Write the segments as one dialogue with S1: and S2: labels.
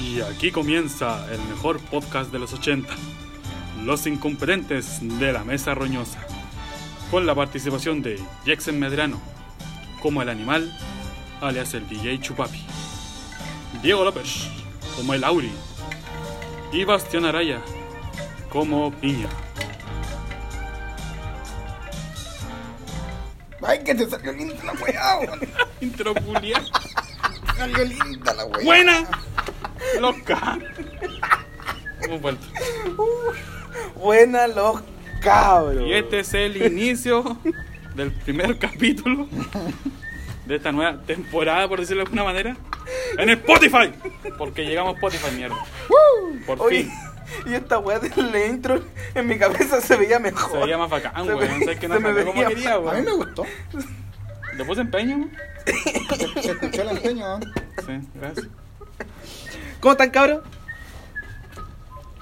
S1: Y aquí comienza el mejor podcast de los 80, Los Incompetentes de la Mesa Roñosa, con la participación de Jackson Medrano, como el animal, alias el DJ Chupapi, Diego López, como el Auri, y Bastián Araya, como Piña.
S2: Ay, que te salió linda la weá, weón.
S1: Intro culia.
S2: Salió linda la weá.
S1: ¡Buena! ¡Loca! Hemos vuelto.
S3: Buena los cabros.
S1: Y este es el inicio del primer capítulo de esta nueva temporada, por decirlo de alguna manera, en Spotify. Porque llegamos a Spotify, mierda. Por
S3: Oye,
S1: fin.
S3: y esta weá del intro en mi cabeza se veía mejor.
S1: Se veía más bacán,
S3: Se
S1: weón.
S3: ve-
S1: ¿Sabes que no
S3: se me
S1: me cómo
S3: veía-
S1: quería,
S2: A mí me
S1: weón?
S2: gustó.
S1: ¿Le puse empeño? weón?
S2: Se, se escuchó el empeño. ¿eh?
S1: Sí, gracias.
S3: ¿Cómo están, cabros?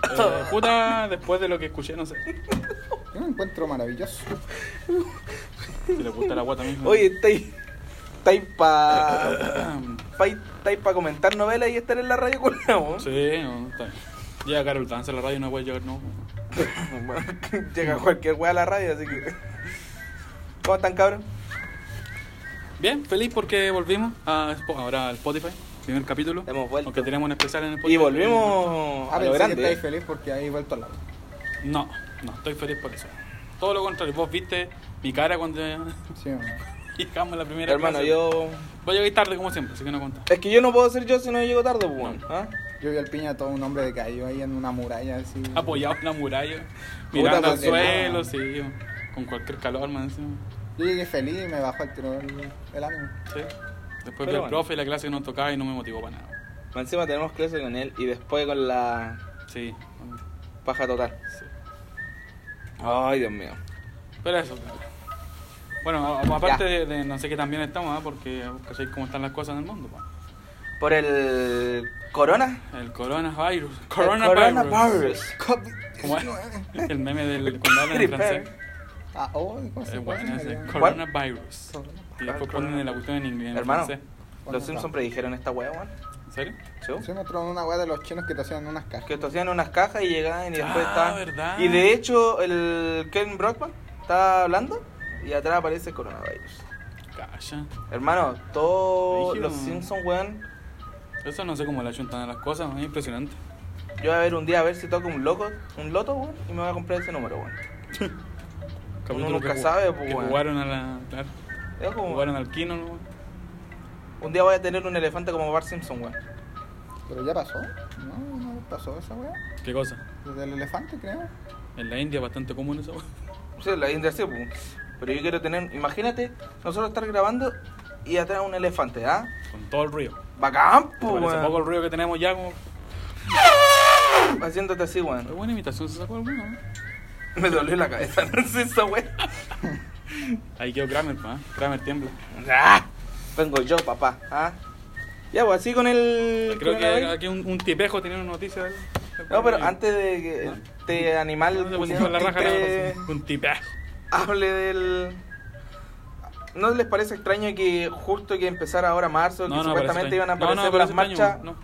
S1: Eh, puta, después de lo que escuché, no sé.
S2: Yo me encuentro maravilloso. Ah,
S1: Si le gusta la guata mismo.
S3: Oye, estáis. Estáis pa. Estáis pa comentar novelas y estar en la radio con la voz.
S1: Sí, no, está bien. Llega Carol Dance a la radio y no puede llegar, no.
S3: Bueno, Llega cualquier weá a la radio, así que. ¿Cómo están, cabros?
S1: Bien, feliz porque volvimos a Spo- ahora al Spotify, primer capítulo.
S3: Hemos vuelto.
S1: Aunque tenemos un especial en el Spotify.
S3: Y volvimos
S2: Ah,
S3: a lo
S2: pensé que
S1: eh.
S3: grande.
S2: estáis feliz porque ahí he vuelto al lado.
S1: No, no, estoy feliz por eso. Todo lo contrario, vos viste mi cara cuando
S2: Sí, weón.
S1: llegamos a la primera
S3: Hermano,
S1: clase.
S3: yo.
S1: Voy a llegar tarde como siempre, así que no conta.
S3: Es que yo no puedo ser yo si no llego tarde, pues, weón. ¿Ah?
S2: Yo vi al piña todo un hombre de cayó ahí en una muralla así.
S1: Apoyado en la muralla, mirando al
S2: pues,
S1: suelo,
S2: hermano.
S1: sí, con cualquier calor, man. Sí.
S2: Yo llegué feliz y me bajó el tiro el, el ánimo.
S1: Sí. Después
S3: Pero
S1: vi al
S3: bueno.
S1: profe y la clase que nos tocaba y no me motivó para nada.
S3: Más Encima tenemos clase con él y después con la
S1: Sí,
S3: paja total.
S1: sí.
S3: Ay, Dios mío.
S1: Pero eso. Bueno, a- aparte
S3: Ya.
S1: de, de no sé qué también estamos, ¿ah? porque cachai cómo están las cosas en el mundo. pa.
S3: Por el corona.
S1: El coronavirus.
S3: El
S1: Coronavirus.
S3: coronavirus.
S1: ¿Cómo es?
S2: COVID-19.
S1: El meme del cuando hablan en francés.
S2: Ah, oh, ¿cómo
S1: Eh,
S2: se
S1: bueno,
S2: pone?
S1: ese,
S2: Bueno,
S3: ¿Cuál?
S1: coronavirus. Y después
S3: Corona-
S1: ponen la cuestión en inglés. en
S3: Hermano,
S1: francés.
S2: Bueno,
S3: los Simpsons
S2: está.
S3: predijeron esta weá, weón.
S1: ¿En serio?
S3: ¿Sí?
S2: Se me tronó una weá de los chinos que te hacían unas cajas.
S3: Que tosían unas cajas y llegaban y después
S1: Ah,
S3: estaban.
S1: verdad.
S3: Y de hecho, el Ken Brockman está hablando y atrás aparece el coronavirus.
S1: Calla.
S3: Hermano, todos
S1: Brígido.
S3: los Simpsons, weón.
S1: Eso no sé cómo le achuntan a las cosas, es impresionante.
S3: Yo voy a ver un día a ver si toca un loco, un loto, weón, y me voy a comprar ese número, weón.
S1: Capítulo
S3: nunca
S1: que jug-
S3: sabe, pues,
S1: que
S3: weón. Oh,
S1: jugaron a la. Claro,
S3: Es como-
S1: jugaron al Kino, ¿no?
S3: Un día voy a tener un elefante como Bart Simpson, weón.
S2: Pero ya pasó. No, no pasó esa weá.
S1: ¿Qué cosa?
S2: Desde el elefante, creo.
S1: En la India es bastante común eso.
S3: Sí, la India sí, pues. Pero yo quiero tener, imagínate, nosotros estar grabando y atrás un elefante, ¿ah?
S1: Con todo el ruido.
S3: Bacán,
S1: ¿Te
S3: pues,
S1: parece poco el
S3: weón.
S1: ruido que tenemos ya como.
S3: Haciéndote así,
S1: Qué
S3: weón.
S1: buena imitación se sacó alguno, ¿no?
S3: Me dolió la cabeza, no sé esa weón.
S1: Ahí quedó Kramer, pa. Kramer tiembla.
S3: Vengo yo, papá, ¿ah? Ya, pues así con el.
S1: Creo
S3: con
S1: que
S3: el-
S1: aquí un, un tipejo tenía una noticia. del-
S3: No, pero antes de que
S1: ¿No?
S3: este
S1: No
S3: animal
S1: te
S3: culiao
S1: pusimos la raja,
S3: te-
S1: no, Un tipejo.
S3: hable del. ¿No les parece extraño que justo que empezara ahora marzo, que supuestamente
S1: parece
S3: iban a
S1: extraño. No,
S3: aparecer
S1: no,
S3: las
S1: parece
S3: marchas,
S1: extraño,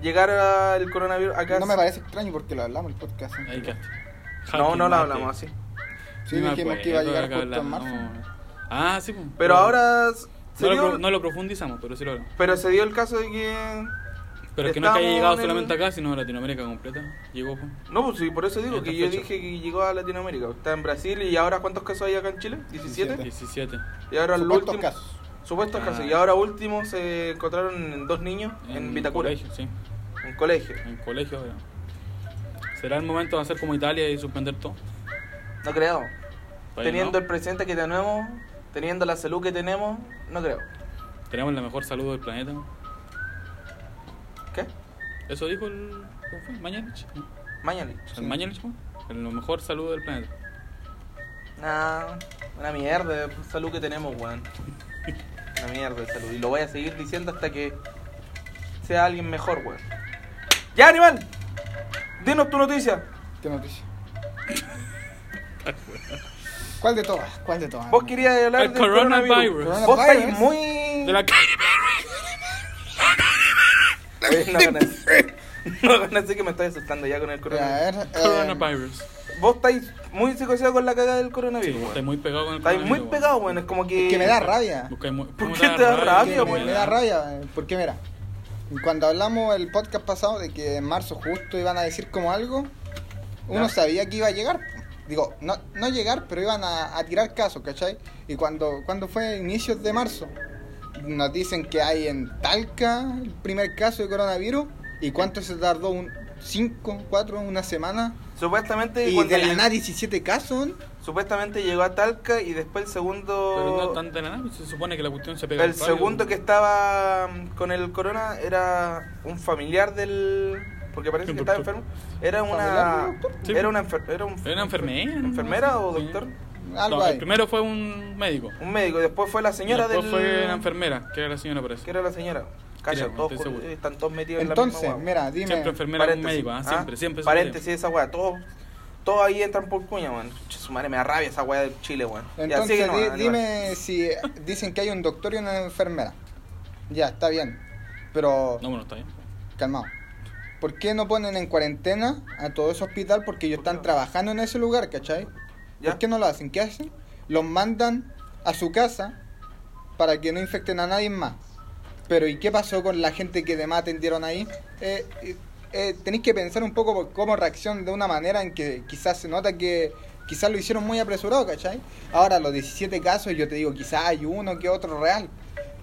S3: llegara el coronavirus acá?
S2: No me parece extraño porque lo hablamos en el podcast.
S1: No, ahí
S2: anterior.
S1: quedaste.
S3: No,
S1: Jaque
S3: no lo
S1: mate.
S3: hablamos así.
S2: Sí,
S1: Ni me
S2: dijimos
S1: acuerdo
S2: que iba a llegar
S1: de qué
S2: justo en
S1: hablamos.
S2: marzo.
S1: Ah, sí. pues.
S3: Pero ahora se
S1: No lo,
S3: dio,
S1: pro- no lo profundizamos, pero sí lo hablamos.
S3: pero se dio el caso de que
S1: Pero es que no es que haya
S3: Estamos
S1: llegado
S3: en el-
S1: solamente acá, sino a Latinoamérica completa. Llegó, pues.
S3: no, pues sí, por eso digo
S1: Esta
S3: que yo
S1: fecha.
S3: dije que llegó a Latinoamérica, está en Brasil y ahora cuántos casos hay acá en Chile? 17.
S1: 17.
S3: Y ahora el
S2: Supuestos
S3: último
S2: casos.
S3: supuestos
S1: Ah.
S3: casos y ahora último se encontraron en dos niños en, Vitacura,
S1: colegio, sí.
S3: en colegio.
S1: En colegio. ahora. ¿Será el momento de hacer como Italia y suspender todo?
S3: No creo.
S1: Todavía
S3: Teniendo
S1: no.
S3: el presidente que tenemos, teniendo la salud que tenemos, no creo.
S1: Tenemos la mejor salud del planeta.
S3: ¿Qué?
S1: Eso dijo el. ¿Cómo fue? Mañalich. ¿no?
S3: Mañana.
S1: ¿El
S2: Sí.
S1: Mañalich, ¿no? El- La mejor salud del planeta.
S3: Nah, una mierda de salud que tenemos, weón. Una mierda de salud. Y lo voy a seguir diciendo hasta que sea alguien mejor, weón. ¡Ya, animal! Dinos tu noticia.
S2: ¿Qué noticia? ¿Cuál de todas? ¿Cuál de todas?
S3: Vos querías hablar
S1: El
S3: del coronavirus.
S1: coronavirus.
S3: Vos estáis
S2: Coronavirus.
S3: muy...
S1: De la
S3: Oye, no, con eso. no sé que me estoy asustando ya con
S2: Ya, a
S3: el coronavirus.
S2: ver, eh,
S1: Coronavirus.
S3: Vos estáis muy psicoseado con la cagada del
S1: Sí,
S3: coronavirus, weón.
S1: estás muy pegado con el
S3: Estáis muy
S1: coronavirus,
S3: pegados, weón. Es como que.
S2: que me da rabia.
S1: weón. Buscáis muy- ¿Cómo
S3: qué te da
S2: Que
S3: rabia,
S2: me,
S3: weón?
S2: me da rabia, eh, porque mira, cuando hablamos el podcast pasado de que en marzo justo iban a decir como algo, uno
S3: Ya.
S2: sabía que iba a llegar. Digo, no, no llegar, pero iban a, a tirar casos, ¿cachai? Y cuando, cuando fue inicios de marzo, nos dicen que hay en Talca el primer caso de coronavirus. ¿Y cuánto se tardó? Un, ¿Cinco, cuatro, una semana?
S3: Supuestamente.
S2: y
S3: cuando
S2: de la
S3: lleg-
S2: nada 17 casos.
S3: Supuestamente llegó a Talca y después el segundo.
S1: Pero no tan de la nada, se supone que la cuestión se pega
S3: El
S1: rápido.
S3: segundo que estaba mm, con el corona era un familiar del. Porque parece
S1: Un
S3: que estaba
S1: doctor.
S3: enfermo. Era
S2: ¿Familiar
S3: una.
S2: del doctor?
S1: Sí.
S3: Era una enfer- era un-
S1: Era una enfermera, ¿no?
S3: ¿Enfermera o
S1: Sí.
S3: doctor?
S2: Algo
S1: No, el
S2: ahí.
S1: primero fue un médico.
S3: Un médico. y Después fue la señora
S1: Después
S3: del.
S1: fue la enfermera, que era la señora parece.
S3: ¿Qué era la señora? Calla,
S1: Creo,
S3: todos
S1: estoy
S3: con-
S1: seguro.
S3: están todos metidos en
S2: Entonces,
S3: la misma hueá.
S2: mira, dime.
S1: Siempre enfermera con
S3: Paréntesis,
S1: médico, ah, siempre, siempre.
S3: Paréntesis esa weá, todos, todos ahí entran por cuña, weón. Chucha, Su madre me da rabia esa weá de Chile, weón. Ya,
S2: Entonces,
S3: sigue nomás,
S2: di-
S3: Aníbal.
S2: dime si eh, dicen que hay un doctor y una enfermera. Ya, está bien. Pero,
S1: No, bueno, está bien.
S2: calmado. ¿Por qué no ponen en cuarentena a todo ese hospital? Porque ellos
S3: ¿Por qué
S2: están
S3: no?
S2: trabajando en ese lugar, ¿cachai?
S3: Ya.
S2: ¿Por qué no lo hacen? ¿Qué hacen? Los mandan a su casa para que no infecten a nadie más. Pero ¿y qué pasó con la gente que demás atendieron ahí? Eh, eh, eh, tenéis que pensar un poco por cómo reaccionan de una manera en que quizás se nota que quizás lo hicieron muy apresurado, ¿cachai? Ahora, los 17 casos, yo te digo, quizás hay uno que otro real,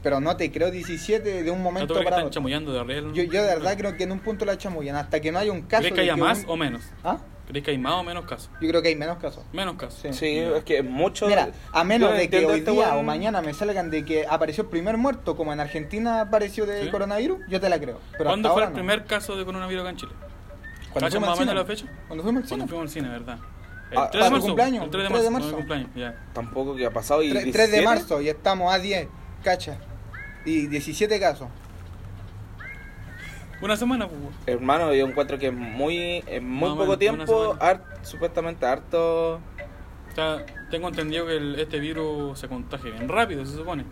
S2: pero no te creo 17 de un
S1: No te
S2: momento
S1: crees que
S2: para
S1: están
S2: otro.
S1: chamullando de real.
S2: Yo, yo de verdad creo que en un punto la chamullan, hasta que no haya un caso.
S1: ¿Crees que
S2: de
S1: haya más
S2: un-
S1: o menos?
S2: ¿Ah?
S1: ¿Crees que hay más o menos casos?
S2: Yo creo que hay menos casos.
S1: Menos casos.
S2: Sí.
S3: Sí, es que mucho.
S2: Mira, a menos
S3: Yo
S2: de que
S3: entiendo
S2: hoy
S3: este
S2: día
S3: weón.
S2: o mañana me salgan de que apareció el primer muerto, como en Argentina apareció del
S1: Sí.
S2: coronavirus, yo te la creo. Pero
S1: ¿Cuándo
S2: hasta
S1: fue
S2: ahora
S1: el
S2: no.
S1: primer caso de coronavirus acá en Chile?
S2: ¿Cuándo
S1: ¿Cachas
S2: fuimos
S1: más o
S2: al
S1: menos la
S2: cine?
S1: fecha?
S2: Cuando fuimos al cine.
S1: Cuando fuimos al cine, ¿verdad? El
S3: Ah,
S1: 3 de
S3: para tu
S1: marzo.
S2: cumpleaños,
S1: El 3 de
S2: 3 de
S1: marzo. no,
S2: marzo.
S1: mi cumpleaños, ya.
S3: Tampoco que ha pasado. Y
S2: Tre- 3 de
S3: 17.
S2: marzo y estamos a 10, cacha. Y 17 casos.
S1: Una semana, pues. weón.
S3: Hermano, yo encuentro que es muy, en muy
S1: Más o
S3: poco
S1: menos, una
S3: tiempo,
S1: semana.
S3: har- supuestamente harto.
S1: O sea, tengo entendido que el- este virus se contagia bien rápido, se supone.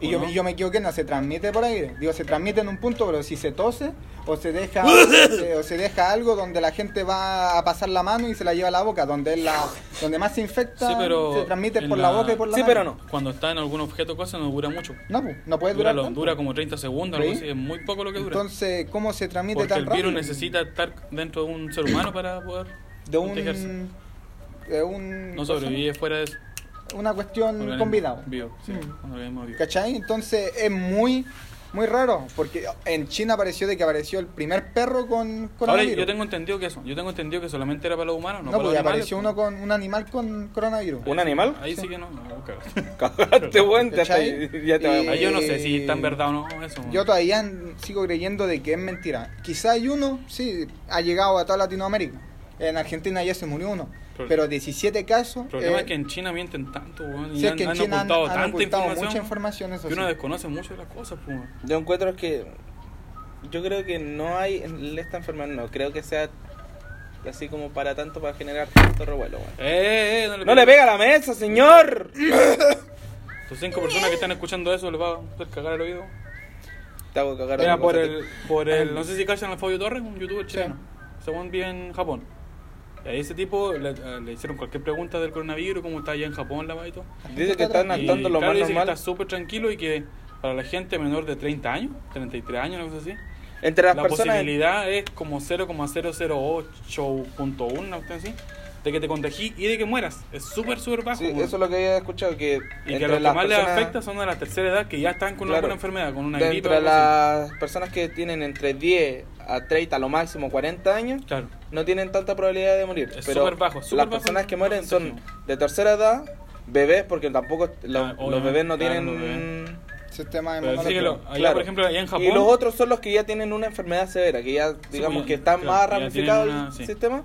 S2: Y
S1: ¿O
S2: yo,
S1: no?
S2: me- yo me equivoqué, no se transmite por ahí. Digo, se transmite en un punto, pero si se tose o se deja o se- o se deja algo donde la gente va a pasar la mano y se la lleva a la boca, donde es la donde más se infecta,
S1: Sí, pero
S2: se transmite
S1: en
S2: por la...
S1: la-
S2: boca y por la
S3: Sí,
S2: mano.
S3: pero no.
S1: Cuando está en algún objeto o cosa no dura mucho.
S2: No, pues, no puede
S1: Dura,
S2: durar
S1: lo-
S2: tanto.
S1: dura como 30 segundos, algo
S2: ¿Sí?
S1: así, es muy poco lo que dura.
S2: Entonces, ¿cómo se transmite
S1: Porque
S2: tan
S1: el
S2: rápido?
S1: virus necesita estar dentro de un ser humano para poder
S2: de
S1: protegerse.
S2: un, de un
S1: No sobrevive fuera de eso.
S2: una cuestión
S1: Organismo
S2: combinada.
S1: Vivo, sí,
S2: Mm.
S1: un organismo vivo.
S2: ¿Cachai? Entonces es muy muy raro porque en China apareció de que apareció el primer perro con
S1: Ahora,
S2: coronavirus.
S1: yo tengo entendido que eso. Yo tengo entendido que solamente era para los humanos, no,
S2: no,
S1: para los
S2: porque
S1: animales.
S2: apareció uno con un animal con coronavirus.
S3: ¿Un animal?
S1: Ahí sí que no. no, claro.
S3: Cagaste, este weón. Ya,
S2: ¿Cachai?
S3: te- ya te voy
S2: Y-
S3: a
S1: Ahí
S3: morir.
S1: yo no sé si es tan verdad o no eso.
S2: Yo todavía n- sigo creyendo de que es mentira. Quizá hay uno, sí, ha llegado a toda Latinoamérica. En Argentina ya se murió uno,
S1: Pro-
S2: pero 17 casos.
S1: El problema
S2: eh,
S1: es que en China mienten tanto, weón. Y
S2: sí, es
S1: han,
S2: que en
S1: han
S2: China han-
S1: ocultado
S2: han
S1: tanta
S2: ocultado
S1: información.
S2: mucha información, eso
S1: que uno
S2: sí.
S1: desconoce mucho de las cosas, pues. weón.
S3: Yo encuentro que. Yo creo que no hay. en Esta enfermedad no. Creo que sea así como para tanto, para generar tanto revuelo, weón.
S1: Eh, eh, no le,
S3: ¡No le pega a la mesa, señor!
S1: Tus cinco personas que están escuchando eso les va a hacer cagar el oído.
S3: Te hago cagar
S1: Era
S3: otra
S1: por
S3: cosa,
S1: el, por el. No sé si cachan al Fabio Torres, un youtuber chileno. Según vive en Japón. Y a ese tipo le, eh, le hicieron cualquier pregunta del coronavirus, cómo está allá en Japón, la weá y todo.
S3: te- Dice que están
S2: Y
S1: Y
S3: andando lo
S1: claro,
S3: más
S1: dice que
S3: normal.
S1: está súper tranquilo y que para la gente menor de 30 años, 33 años, una cosa así,
S3: Entre las
S1: la
S3: personas.
S1: posibilidad es como 0,008.1, una cuestión así, de que te contagies y de que mueras. Es súper, súper bajo.
S3: Sí,
S1: weón.
S3: eso es lo que había escuchado. Que
S1: y que
S3: entre
S1: a los que
S3: las
S1: más les
S3: personas-
S1: afecta son a la tercera edad que ya están con
S3: Claro.
S1: alguna enfermedad, con una
S3: de
S1: gripe. o
S3: entre
S1: algo así.
S3: las personas que tienen entre 10 a 30, a lo máximo 40 años,
S1: Claro.
S3: no tienen tanta probabilidad de morir.
S1: Es
S3: pero
S1: súper bajo, súper
S3: las
S1: bajo
S3: personas
S1: el
S3: que mueren son
S1: porcentaje.
S3: de tercera edad, bebés, porque tampoco los,
S1: Ah,
S3: los
S1: obviamente,
S3: bebés no
S1: claro,
S3: tienen...
S1: los
S2: Sistema
S1: Pero
S2: inmunológico.
S1: sí que lo- allá,
S3: Claro.
S1: por ejemplo, allá en Japón.
S3: Y los otros son los que ya tienen una enfermedad severa, que ya digamos
S1: pues,
S3: que está
S1: claro,
S3: más
S1: ya tienen
S3: ramificado
S1: una-
S3: el
S1: sí.
S3: sistema.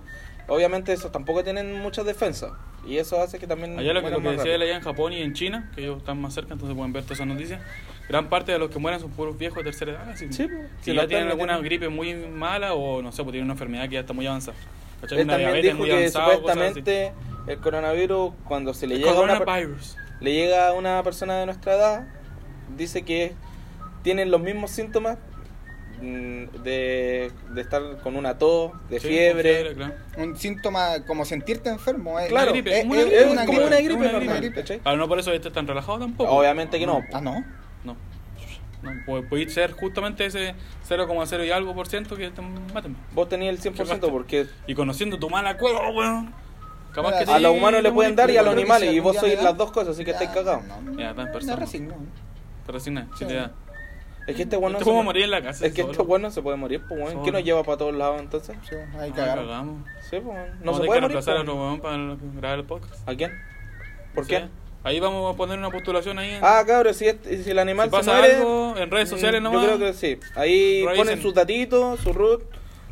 S3: Obviamente esos tampoco tienen muchas defensas. Y eso hace que también...
S1: Allá lo que,
S3: mueran
S1: lo que
S3: más
S1: decía él
S3: rápido.
S1: allá en Japón y en China, que ellos están más cerca, entonces pueden ver todas esas noticias. Gran parte de los que mueren son puros viejos de tercera edad. Si,
S3: Sí, pues, si
S1: si
S3: los
S1: ya tienen
S3: tienen,
S1: alguna
S3: tienen.
S1: gripe muy mala o no sé, pues tienen una enfermedad que ya está muy avanzada. ¿Cachai?
S3: Él
S1: Una
S3: también
S1: diabetes
S3: dijo
S1: muy
S3: que
S1: avanzada. o cosas así.
S3: supuestamente el coronavirus cuando se le
S1: El
S3: llega a una per-
S1: Coronavirus.
S3: le llega a una persona de nuestra edad, dice que tienen los mismos síntomas mm, de, de estar con una tos, de
S1: Sí,
S3: fiebre.
S1: fiebre, claro.
S2: Un síntoma como sentirte enfermo. Es,
S3: Claro,
S1: Una gripe,
S2: es,
S1: como
S2: es
S1: una gripe,
S2: una
S1: como una
S2: gripe.
S1: gripe
S2: una
S1: normal.
S2: gripe.
S3: ¿cachai?
S1: Ahora no por eso estés tan relajado tampoco.
S3: Obviamente que no.
S2: Ah, no.
S1: No. No, po- podéis ser justamente ese 0,0 y algo por ciento que te maten.
S3: Vos tenías el 100% porque
S1: Y conociendo tu mala cueva, weón. Capaz
S2: Mira,
S1: que te-
S3: a los humanos le pueden dar y a los
S2: Yo creo que
S3: animales.
S2: si
S3: Y vos
S2: algún día
S3: sois
S2: me da-
S3: las dos cosas, así que estáis
S2: Ya,
S3: cagados.
S2: no,
S1: Ya, tan
S2: me
S1: persona.
S2: resigno.
S1: Te resignas, si
S2: Sí.
S1: te da.
S3: Es que este bueno
S1: Este
S3: no
S1: weón va a
S3: se-
S1: morir en la casa.
S3: Es que este
S1: solo.
S3: weón no se puede morir, pues weón. ¿Qué
S1: Solo.
S3: nos lleva para todos lados entonces?
S2: Sí, ahí
S1: Ah,
S2: cagaron.
S1: cagamos.
S3: Sí, pues weón. No
S1: Vamos a
S3: se
S1: tener que
S3: puede morir.
S1: reemplazar a
S3: pues,
S1: otro
S3: weón.
S1: weón para grabar el podcast.
S3: ¿A quién? ¿Por
S1: Sí.
S3: qué?
S1: Ahí vamos a poner una postulación ahí. en-
S3: Ah, cabrón, si, este- si el animal
S1: si
S3: se
S1: pasa
S3: muere,
S1: algo en redes sociales
S3: mm,
S1: nomás.
S3: Yo creo que sí. Ahí
S1: Revisen.
S3: ponen sus datitos, su root,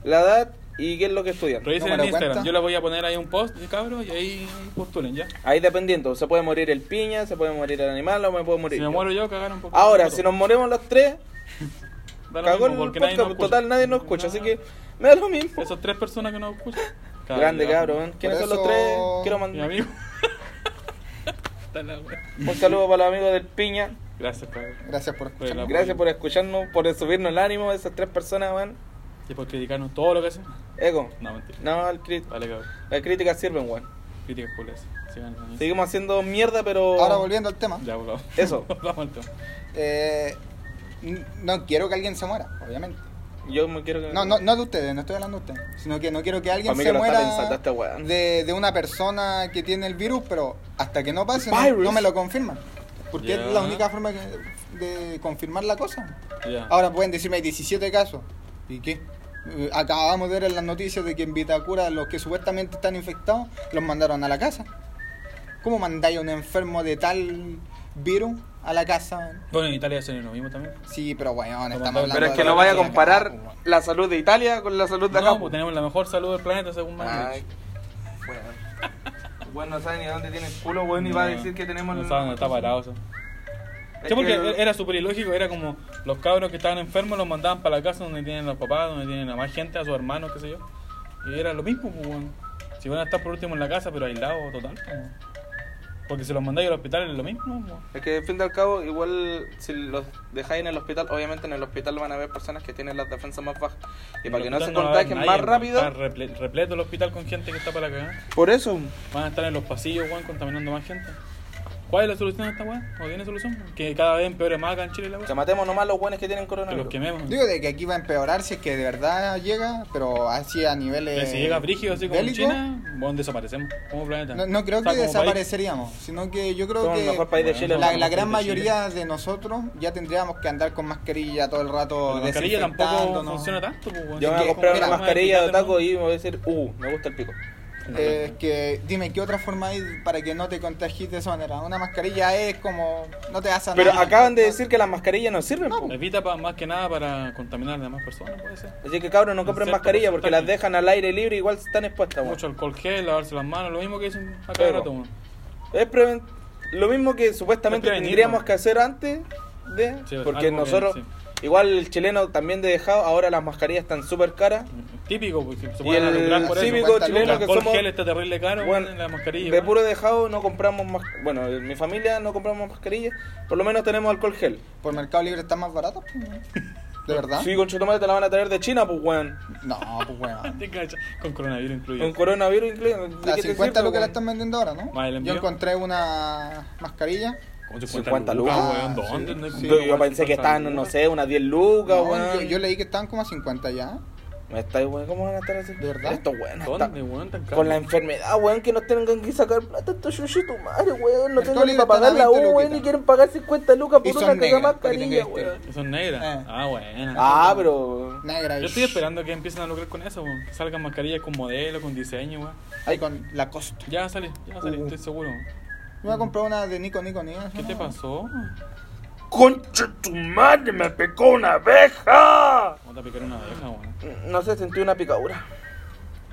S3: la edad y qué es lo que estudian.
S1: Revisen
S2: Número
S1: en
S2: de
S1: Instagram.
S2: cuenta.
S1: Yo le voy a poner ahí un post, cabros, y ahí postulen ya.
S3: Ahí dependiendo, se puede morir el piña, se puede morir el animal o me puedo morir.
S1: Si me
S3: yo.
S1: muero yo, cagaron un poco.
S3: Ahora, si nos morimos los tres,
S1: Da lo
S3: cagó el
S1: mismo, porque
S3: podcast,
S1: nos escucha. Ah.
S3: total nadie nos escucha, así
S1: Nada.
S3: que me da lo mismo.
S1: Esas tres personas que nos escuchan.
S3: Grande, cabrón. ¿Quiénes
S2: Por
S3: son los
S2: eso-
S3: tres? Quiero
S1: Mi
S3: mandar
S1: amigo. Está la wea.
S3: un saludo para los amigos del piña.
S1: Gracias, cabrón.
S2: Gracias por escuchar.
S1: Bueno.
S3: Gracias por escucharnos, por subirnos el ánimo de esas tres personas, weón.
S1: Y por criticarnos todo lo que hacen.
S3: Ego.
S1: No, mentira.
S3: No, el crit-
S1: Vale, cabrón.
S3: las críticas sirven, weón.
S1: Críticas culias. Sigan. ahí.
S3: Seguimos haciendo mierda, pero.
S2: Ahora volviendo al tema.
S1: Ya, volvamos.
S3: Eso.
S1: Vamos al tema.
S2: Eh, n- no quiero que alguien se muera, obviamente.
S3: Yo me quiero que.
S2: No, no, no de ustedes, no estoy hablando de ustedes. Sino que no quiero que alguien
S3: Pa' mí
S2: se
S3: que lo está
S2: muera
S3: pensando este weón.
S2: de, de una persona que tiene el virus, pero hasta que no pase, no,
S3: Virus.
S2: no me lo confirman. Porque
S1: Ya.
S2: es la única forma que- de confirmar la cosa.
S1: Ya.
S3: Ah.
S2: Ahora pueden decirme, hay 17 casos. ¿Y qué? Eh, Acabamos de ver en las noticias de que en Vitacura los que supuestamente están infectados los mandaron a la casa. ¿Cómo mandáis a un enfermo de tal virus a la casa?
S1: Bueno, en Italia hacen lo mismo también.
S2: Sí, pero weón,
S1: Pero
S2: estamos hablando
S3: Pero es
S2: de
S3: que no
S2: la
S3: vaya a
S2: noticia de acá,
S3: comparar
S2: pues, weón.
S3: la salud de Italia con la salud de acá.
S1: No, pues tenemos la mejor salud del planeta según Manuel.
S3: Ay, weón. Weón, no sabe ni dónde tiene el culo, weón, y va a decir que tenemos.
S1: No
S3: el-
S1: saben dónde está parado eso.
S3: Es
S1: Sí, porque
S3: que-
S1: era súper ilógico, era como los cabros que estaban enfermos los mandaban para la casa donde tienen los papás, donde tienen a más gente, a sus hermanos, qué sé yo. Y era lo mismo, pues, weón. Si van a estar por último en la casa, pero aislados total, pues, weón. Porque si los mandáis al hospital es lo mismo, weón.
S3: Es que, al fin y al cabo, igual si los dejáis en el hospital, obviamente en el hospital van a haber personas que tienen las defensas más bajas. Y para que
S1: El
S3: no
S1: hospital
S3: se
S1: va a haber
S3: contagien
S1: nadie,
S3: más
S1: weón.
S3: rápido,
S1: Está reple- repleto el hospital con gente que está para la cagada.
S3: por eso,
S1: Van a estar en los pasillos, weón, contaminando más gente. ¿Cuál es la solución a esta weón? ¿No tiene solución? Que cada vez empeore más acá en Chile la
S3: que
S1: weón.
S3: matemos nomás los buenos que tienen
S1: Que los
S3: coronavirus.
S1: quememos.
S2: Digo de que aquí va a empeorar si es que de verdad llega, pero así a niveles.
S1: Que si llega brígido así como en
S2: bélicos,
S1: China, weón, desaparecemos como planeta.
S2: No, no creo
S1: O sea,
S2: que
S1: como país.
S2: desapareceríamos, sino que yo creo
S3: Somos
S2: que
S3: el mejor país de
S1: Bueno,
S3: Chile.
S1: no,
S3: hermano.
S2: la, la gran mayoría de nosotros ya tendríamos que andar con mascarilla todo el rato.
S1: Pero la mascarilla tampoco
S2: desinfectándonos.
S1: funciona tanto, pues, weón.
S3: Yo me voy
S2: que-
S3: a comprar
S2: mira,
S3: una
S2: vamos
S3: mascarilla de taco y me voy a decir, uh, me gusta el pico.
S2: Eh, es que dime, ¿qué otra forma hay para que no te contagies de esa manera? Una mascarilla es como. No te hace
S3: Pero
S2: nada.
S3: acaban de decir que las mascarillas no sirven. po.
S1: Evita pa- más que nada para contaminar a demás personas, puede ser.
S3: Así que cabros, no compren
S1: Cierto
S3: mascarillas porque las
S1: porcentaje.
S3: dejan al aire libre igual están expuestas. weón.
S1: Mucho alcohol gel, lavarse las manos, lo mismo que dicen acá cada
S3: Pero-
S1: rato, weón.
S3: Es preven- lo mismo que supuestamente
S1: Es prevenir,
S3: tendríamos
S1: ¿no?
S3: que hacer antes de...
S1: Sí,
S3: porque
S1: algo que-
S3: nosotros,
S1: sí.
S3: igual el chileno también de dejado, ahora las mascarillas están súper caras.
S1: Mm. Típico, porque se
S3: Y
S1: pueden
S3: el
S1: alumbrar por eso.
S3: cívico
S2: Cuánta
S1: El
S3: chileno
S2: luna.
S3: que
S1: alcohol
S3: somos...
S1: gel está terrible caro,
S3: bueno,
S1: en la mascarilla.
S3: de
S1: weón.
S3: puro dejado no compramos más bueno en mi familia no compramos mascarillas por lo menos tenemos alcohol gel
S2: Por Mercado Libre está más barato. pues, weón. ¿De verdad?
S3: sí con chutomate te la van a traer de China pues weón
S2: No, pues weón.
S1: Te cacha, Con coronavirus incluido.
S3: con coronavirus incluido ¿de
S2: A
S3: qué te
S2: 50
S3: sirve,
S2: lo que la
S3: weón?
S2: están vendiendo ahora, ¿no?
S1: Más el envío.
S2: Yo encontré una mascarilla.
S1: Con
S3: 50 lucas.
S1: weón, ¿dónde?
S2: Sí,
S1: ¿Dónde
S2: sí.
S1: compramos
S3: yo, yo pensé
S1: 50
S3: que estaban no
S1: lucas?
S3: sé unas 10 lucas
S2: No,
S3: weón
S2: yo, yo leí que estaban como a 50 ya.
S3: Me está weón cómo van a estar así
S2: ¿De verdad?
S3: esto weón hasta-
S1: ¿Dónde, weón? Tan caro.
S3: con la enfermedad, weón, que nos tengan que sacar plata estos chuchitos, madre, weón. No
S2: Mercado
S3: tengo ni
S2: Libre
S3: para pagar
S2: está a
S3: la U,
S2: 20
S3: weón,
S2: luquitas.
S3: y quieren pagar 50 lucas
S2: Y
S3: por
S2: son
S3: una cagada
S2: negras, para que
S3: mascarilla,
S2: tengáis
S3: weón.
S1: Que Son negras.
S2: Eh.
S1: Ah, bueno.
S3: Ah, pero...
S2: Negra. y-
S1: Yo estoy esperando que empiecen a lucrar con eso, weón. Que salgan mascarillas con modelo, con diseño, weón.
S2: Ahí con la costa.
S1: Ya va a salir, ya va a salir,
S3: Uh.
S1: estoy seguro.
S2: Me voy a comprar una de Nico Nico Nico.
S1: ¿Qué te pasó?
S3: ¡Concha tu madre, me picó una abeja!
S1: Vamos a picar una abeja, weón.
S3: No sé, sentí una picadura.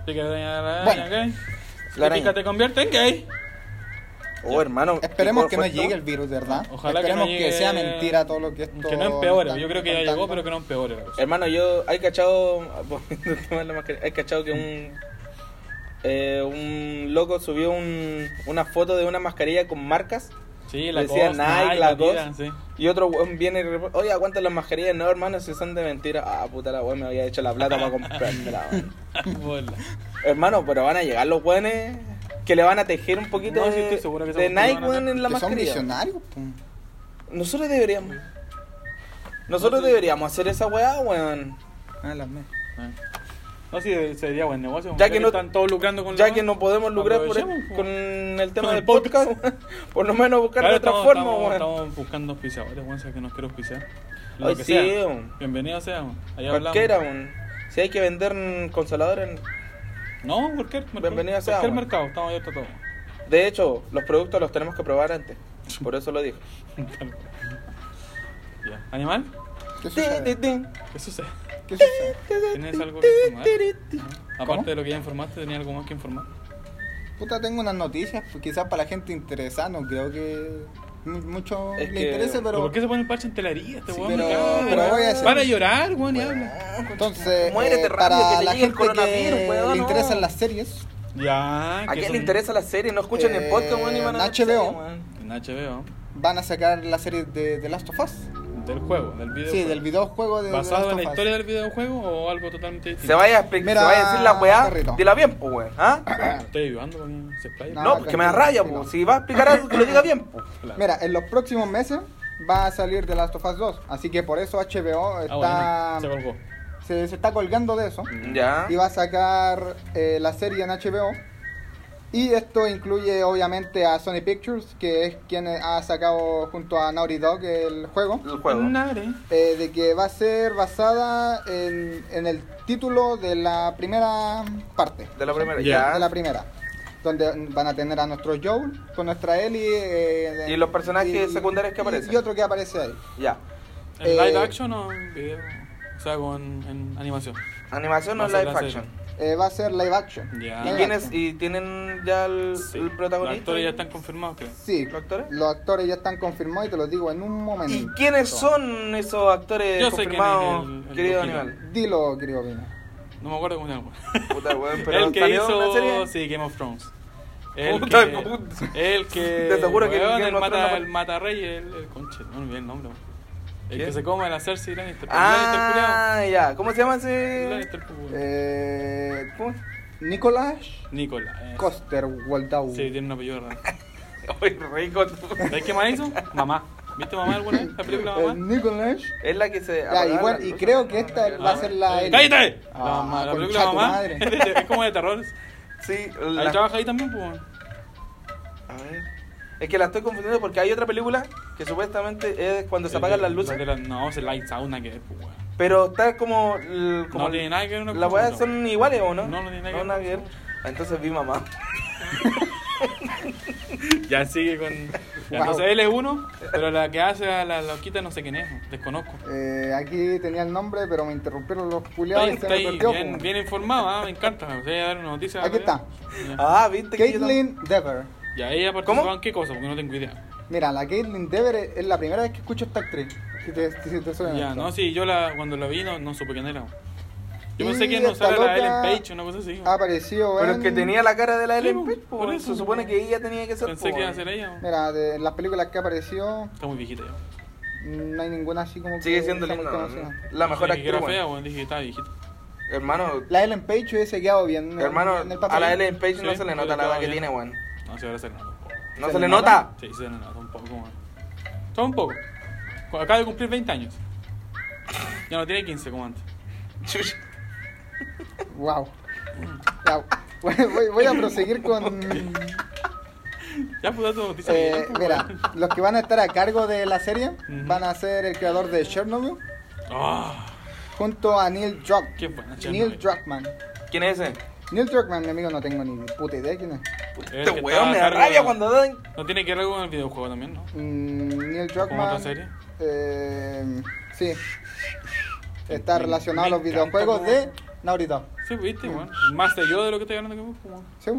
S1: Pica de la
S2: Bueno,
S1: araña, gay.
S3: la
S1: La
S3: araña.
S1: pica te convierte en gay.
S3: Oh, hermano.
S2: Esperemos
S3: picó
S2: que no
S3: fuerte,
S2: llegue el
S3: weón.
S2: virus, de verdad.
S1: Ojalá que
S2: Esperemos
S1: no
S2: que,
S1: llegue-
S2: sea mentira todo lo que esto.
S1: Que no empeore,
S2: están
S1: yo creo que ya llegó,
S2: contando.
S1: pero que no empeore. la cosa.
S3: Hermano, yo... Hay cachado... volviendo al tema de la mascarilla, Hay cachado que un... eh, un loco subió un, una foto de una mascarilla con marcas
S1: Sí, la
S3: Decía
S1: cosa,
S3: Nike, la
S1: vida,
S3: cosa.
S1: sí.
S3: Y otro weón viene y rep- oye, aguanta las mascarillas? No, hermano, si son de mentira. Ah, puta la weón, me había hecho la plata para comprármela, weón.
S1: Bola.
S3: Hermano, pero van a llegar los weones que le van a tejer un poquito
S1: No, sí,
S3: de,
S1: estoy seguro que
S3: de
S1: esa
S3: Nike,
S1: cuestión van a-
S3: weón, en la
S2: que son
S3: mascarilla.
S2: visionarios. po.
S3: Nosotros deberíamos. Nosotros deberíamos hacer esa weá, weón.
S2: Ah, las me-
S1: Ah. No, sí, sería buen negocio.
S3: Ya que no-
S1: están todos lucrando con
S3: Ya
S1: la-
S3: que no podemos lucrar por
S1: Aprovechemos, po.
S3: con el tema
S1: Con el
S3: del podcast, weón, por lo menos buscar de otra forma,
S1: estamos,
S3: weón.
S1: estamos buscando auspiciadores, weón, si es que nos quiere auspiciar. Lo
S3: Ay,
S1: que
S3: sí,
S1: sea.
S3: weón.
S1: Bienvenido sea, weón. Allá
S3: Cualquiera,
S1: hablamos.
S3: weón. Si hay que vender mm, consoladores,
S1: No, cualquier mercado.
S3: Bienvenido sea,
S1: Cualquier
S3: weón.
S1: mercado, estamos abiertos a todo.
S3: de hecho, los productos los tenemos que probar antes. Por eso lo dijo.
S1: Ya. ¿Animal?
S2: ¿Qué sucede?
S1: ¿Qué sucede?
S2: ¿Qué sucede?
S1: ¿Tienes algo que informar? Aparte de lo que ya informaste, ¿tenía algo más que informar?
S2: Puta, tengo unas noticias, pues, quizás para la gente interesada, no creo que mu- mucho
S3: Es
S2: le
S3: que-
S2: interese,
S1: Pero,
S2: pero
S1: ¿Por qué se pone el parche en telería este
S2: Sí,
S1: weón?
S2: pero-
S1: Me cago,
S2: pero
S1: weón.
S2: voy a hacer-
S1: Para de llorar, weón, y habla.
S2: entonces
S3: Muérete
S2: eh,
S3: rápido,
S2: para
S3: que
S2: la
S3: te llegue
S2: gente
S3: el
S2: que
S3: coronavirus, weón,
S2: le
S3: no.
S2: interesan las series,
S1: Ya.
S3: ¿A
S1: que
S3: quién
S1: son-
S3: le interesa la serie? No escuchan el
S2: Eh,
S3: podcast, weón, y van a
S2: en
S3: ver serie,
S2: HBO.
S3: weón.
S1: En HBO.
S2: van a sacar la serie de The Last of Us.
S1: Del juego, del video.
S2: Sí, del videojuego de The
S1: ¿Basado en la
S2: Last of Us.
S1: historia del videojuego o algo totalmente distinto?
S3: Se vaya a, expli-
S2: Mira,
S3: se vaya a decir la weá,
S2: perrito.
S3: dila bien, pues, weón. ¿Ah?
S1: Estoy ayudando con que se explaye.
S2: No,
S3: No, porque me da
S2: tranquilo,
S3: rabia,
S2: tranquilo.
S3: po. Si va a explicar algo, que lo diga bien, pues. po.
S1: Claro.
S2: Mira, en los próximos meses va a salir The Last of Us 2, así que por eso HBO
S1: Ah,
S2: está
S1: bueno, se colgó.
S2: se, se está colgando de eso.
S3: Ya.
S2: y va a sacar eh, la serie en HBO. Y esto incluye obviamente a Sony Pictures, que es quien ha sacado junto a Naughty Dog el juego,
S3: El juego.
S1: Nare.
S2: eh, de que va a ser basada en, en el título de la primera parte,
S3: De la primera.
S1: Ya.
S2: de
S3: Ya.
S2: la primera, donde van a tener a nuestro Joel con nuestra Ellie. eh,
S3: Y los personajes secundarios que aparecen.
S2: Y, otro que aparece ahí.
S3: Ya.
S1: ¿En
S2: Eh,
S1: live action o en video? O sea, con, en animación.
S3: Animación
S1: Va
S3: o
S1: a ser
S3: live
S1: la serie.
S3: action.
S2: Eh, va a ser live action.
S1: Ya.
S3: ¿Y
S2: Live
S1: Ah,
S2: action.
S3: quién es? ¿Y tienen ya el, el protagonista?
S1: Los actores ya están confirmados, creo.
S2: Sí,
S3: ¿Los actores?
S2: los actores ya están confirmados y te los digo en un momento.
S3: ¿Y quiénes son esos actores
S1: Yo sé quién es
S3: confirmados,
S1: el- el
S3: querido
S1: loquito.
S3: animal?
S2: Dilo, querido Pina.
S1: No me acuerdo cómo se llama.
S3: Puta, weón, pero
S1: el que
S3: ¿salió una
S1: hizo
S3: serie?
S1: sí, Game of Thrones. El
S3: Puta,
S1: que,
S3: puta.
S1: el que
S3: Te aseguro que
S1: weón,
S3: Game
S1: el
S3: of Thrones
S1: mata
S3: no-
S1: el mata rey el, el conche, no me olvidé el nombre. weón. El
S3: ¿Quién?
S1: que se come a la Cersei Lannister. el Lannister
S3: Ah, ya. ¿Cómo se llama
S1: culiao. El
S3: ese?
S1: Lannister, pues, weón.
S2: Eh,
S3: ¿Cómo?
S2: Nicolás
S1: Nicola. eh.
S2: Coster Waldau.
S1: Sí, tiene un apellido raro.
S3: Ay, rico. tú.
S1: ¿Sabes qué más hizo? Mamá. ¿Viste mamá alguna vez? ¿La película
S2: Eh,
S1: mamá?
S2: Nicolás.
S3: Es la que se.
S2: Ya, y, bueno, y creo que esta va a ser la.
S1: Ah,
S2: Ellie.
S1: ¡Cállate! La
S2: Ah,
S1: mamá- la
S2: concha
S1: película
S2: tu
S1: mamá
S2: madre.
S1: es, de- es como de terror.
S3: Sí,
S1: Ahí
S3: la,
S1: trabaja ahí también, pues. weón.
S3: A ver. Es que la estoy confundiendo porque hay otra película que supuestamente es cuando se apagan
S1: El-
S3: las
S1: la de
S3: luces.
S1: la- no, es el Light Sauna que es, pues, weón.
S3: Pero está como. el- como
S1: No tiene nada que ver una cosa
S3: Las
S1: con
S3: weas
S1: otra.
S3: son iguales o no?
S1: No, no tiene nada que ver.
S3: Entonces vi mamá.
S1: Ya sigue con. ya,
S2: Wow.
S1: Entonces L1, pero la que hace a la loquita no sé quién es, desconozco.
S2: Eh, aquí tenía el nombre, pero me interrumpieron los
S1: Está
S2: culiados
S1: ahí-
S2: y se
S1: está
S2: me
S1: ahí
S2: perdió.
S1: bien,
S2: po.
S1: bien informado, ah, me encanta. Me voy a dar una noticia.
S2: Aquí está.
S1: Ya.
S3: Ah, viste que. yo no-
S2: Caitlyn Dever.
S1: Ya ella participó
S3: ¿Cómo?
S1: en qué cosa, porque no tengo idea.
S2: Mira, la Caitlyn Dever es es la primera vez que escucho esta actriz. Si te, si te suena
S1: Ya,
S2: esto.
S1: no, sí, yo la, cuando la vi no, no supe quién era. Yo
S2: Y
S1: pensé que no
S2: esta
S1: era la Ellen
S2: loca Ah,
S1: Page, una cosa así.
S2: Ha aparecido
S3: Pero
S2: en-
S3: es que tenía la cara de la
S1: Sí,
S3: Ellen
S1: po,
S3: Page, po,
S1: por
S3: weón.
S1: eso,
S3: Se supone
S1: po.
S3: que ella tenía que ser. po,
S1: Pensé que iba a
S3: weón.
S1: ser ella.
S2: Mira, de las películas que ha aparecido, mm,
S1: Está muy viejita ya.
S2: no hay ninguna así como
S3: Sigue
S2: que
S3: siendo
S2: sea muy
S3: linda.
S2: conocida.
S3: weón. La mejor
S1: Dije que
S3: actriz.
S1: Era fea,
S3: weón.
S1: weón, dije "Ah, que estaba viejita.
S3: Hermano,
S2: La Ellen Page hubiese quedado bien en-
S3: hermano,
S2: en el papel.
S3: a la Ellen Page no
S1: Sí,
S3: se le
S1: pero
S3: nota la edad
S1: estaba
S3: que
S1: bien.
S3: tiene, weón.
S1: No, sí, ahora se le nota un poco.
S3: No se le nota.
S1: Sí, se le nota un poco, weón. Todo un poco. Cu- Acaba de cumplir 20 años. Ya no tiene 15 como antes.
S3: Chuch.
S2: Wow. Voy, voy- voy a proseguir con.
S1: Ya pues da tu noticia.
S2: eh,
S1: bien, pues,
S2: mira,
S1: weón.
S2: los que van a estar a cargo de la serie van a ser el creador de Chernobyl
S1: Ah,
S2: junto a Neil Druck.
S1: qué buena
S2: Neil
S1: Chernobyl.
S2: Druckmann.
S3: ¿Quién es ese?
S2: Neil Druckmann, mi amigo, no tengo ni puta idea quién es.
S1: Es el
S3: Este
S1: que
S3: weón
S1: estaba
S3: me da
S1: a cargo
S3: rabia
S1: de-
S3: cuando dan.
S1: No tiene que ver algo con el videojuego también, ¿no?
S2: Mm, Neil Druckmann.
S1: otra serie?
S2: eh, sí. Está
S1: Me-
S2: relacionado a
S1: me
S2: los videojuegos de
S1: encanta
S2: Naughty Dog.
S1: Sí, pues, viste,
S3: Mm.
S1: weón. Más de yo de lo que estoy hablando que vos, weón.
S2: Sí,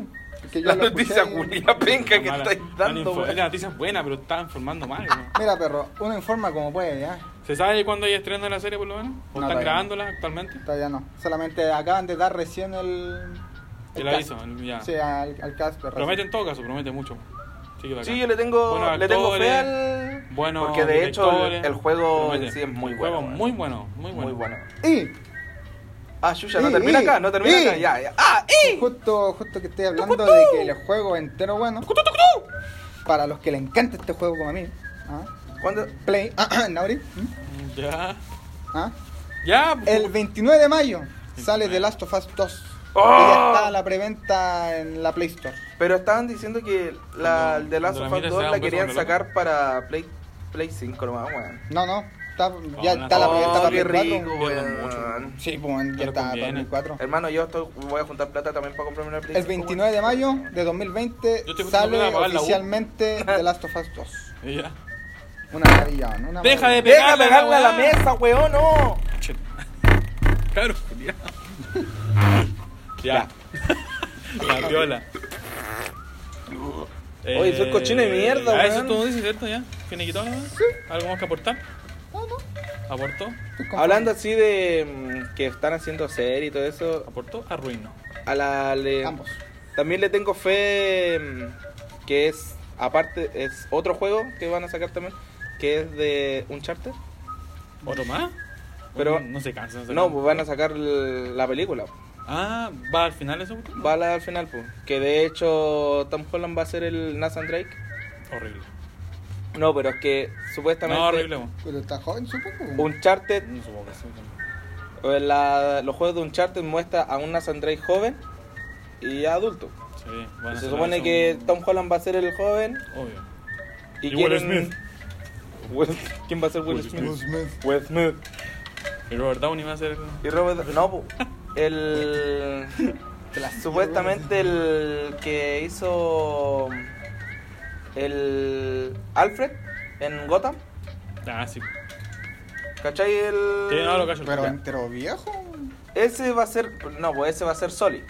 S2: que yo
S3: La
S2: lo escuché
S3: noticia
S2: y-
S3: culia penca que
S1: Mala-
S3: estáis
S1: mala
S3: dando,
S1: info-
S3: weón.
S1: La noticia es buena, pero está informando mal, weón.
S2: Mira, perro, uno informa como puede, ¿ya?
S1: ¿Se sabe cuándo hay estreno de la serie, por lo menos? ¿O
S2: No, todavía
S1: están
S2: no.
S1: grabándola actualmente?
S2: Todavía no. Solamente acaban de dar recién el.
S1: El
S2: cast.
S1: aviso, el- ya.
S2: Sí, al, al cast, pero
S1: Promete en todo caso, promete mucho. Así que bacán.
S3: Sí, yo le tengo,
S1: Buenos
S3: le tengo fe
S1: actores,
S3: al.
S1: buenos
S3: porque de hecho el,
S1: directores.
S3: el juego
S1: Promete.
S3: en sí es muy
S1: El
S3: bueno.
S1: juego
S3: weón.
S1: muy bueno, muy bueno.
S3: Muy bueno.
S2: Y
S3: Ah, Yuya, no
S2: Sí,
S3: termina
S2: sí,
S3: acá, no termina
S2: sí.
S3: acá. Ya, ya. Ah, ¡eh!
S2: justo, justo que estoy hablando de que el juego entero bueno. Para los que le encanta este juego como a mí. ¿ah?
S3: ¿Cuándo?
S2: Play, Nauri. ¿Mm?
S1: Ya.
S2: ¿ah?
S1: Ya. pues,
S2: El 29 de mayo sale The Last of Us 2. Y ya
S1: ¡Oh!
S2: está la preventa en la Play Store.
S3: Pero estaban diciendo que la
S1: Cuando-
S3: de Last
S1: cuando la
S3: of Us
S1: mires,
S3: 2
S1: se da
S3: la
S1: un beso
S3: querían
S1: con el ojo.
S3: sacar para Play, Play 5 nomás, weón.
S2: No, no, está, ya
S1: no,
S2: está la
S1: no,
S2: preventa
S3: Oh,
S2: para
S3: qué
S2: Play 4.
S3: rico,
S1: Pierden mucho.
S3: weón.
S2: Sí, pues ya
S1: Pero
S2: está para
S1: conviene.
S2: Play 4.
S3: Hermano, yo estoy, voy a juntar plata también para comprarme una Play
S2: El
S3: 5, weón.
S2: 29 de mayo de 2020
S1: Yo estoy juntando
S2: sale
S1: plata para la U.
S2: oficialmente The Last of Us 2.
S1: Ya.
S2: Una maravilla, ¿no? Una
S1: Deja
S2: maravilla.
S1: de
S3: ¡Deja
S1: pegarle
S3: pegarle a la
S1: weá.
S3: mesa, weón! ¡No!
S1: Che. Claro, culiao. Ya. La viola. Eh,
S3: Oye, soy cochino de mierda,
S1: Ah, eso
S3: weón.
S1: tú dices, ¿cierto? Ya. ¿Finiquitó nada más? ¿Algo más que aportar?
S2: No, no,
S1: ¿Aportó?
S2: estoy conforme.
S3: Hablando así de mm, que están haciendo serie y todo eso,
S1: ¿Aportó? Arruinó.
S3: a la le-
S2: Ambos.
S3: también le tengo fe mm, que es aparte es otro juego que van a sacar también que es de Uncharted.
S1: ¿Otro más?
S3: Pero-
S1: No, se cansa. No, se
S3: No,
S1: cansa.
S3: pues van a sacar l- la película.
S1: Ah, ¿va al final eso?
S3: Va a la- al final, pues. Que de hecho Tom Holland va a ser el Nathan Drake.
S1: Horrible.
S3: No, pero es que supuestamente
S1: No, horrible, weón.
S2: Pero está joven, supongo.
S3: Uncharted
S1: No supongo que sí.
S3: O en Eh, la- los juegos de Uncharted muestra a un Nathan Drake joven y adulto.
S1: Sí, van a
S3: se
S1: hacer
S3: supone
S1: eso,
S3: que
S1: un-
S3: Tom Holland va a ser el joven
S1: Obvio.
S3: y,
S1: Y Will
S3: quieren...
S1: Smith.
S3: Will- ¿Quién va a ser Will,
S1: Will
S3: Smith?
S2: Will Smith.
S3: Will Smith.
S1: Y Robert Downey va a ser...
S3: Y Robert... No, po. el...
S2: Te la-
S3: Supuestamente el que hizo el Alfred en Gotham,
S1: Ah, sí.
S3: ¿cachai? El...
S1: Sí, no, ah, lo cacho.
S2: Pero
S1: Ya.
S2: entero viejo.
S3: Ese va a ser, no, pues ese va a ser Soli.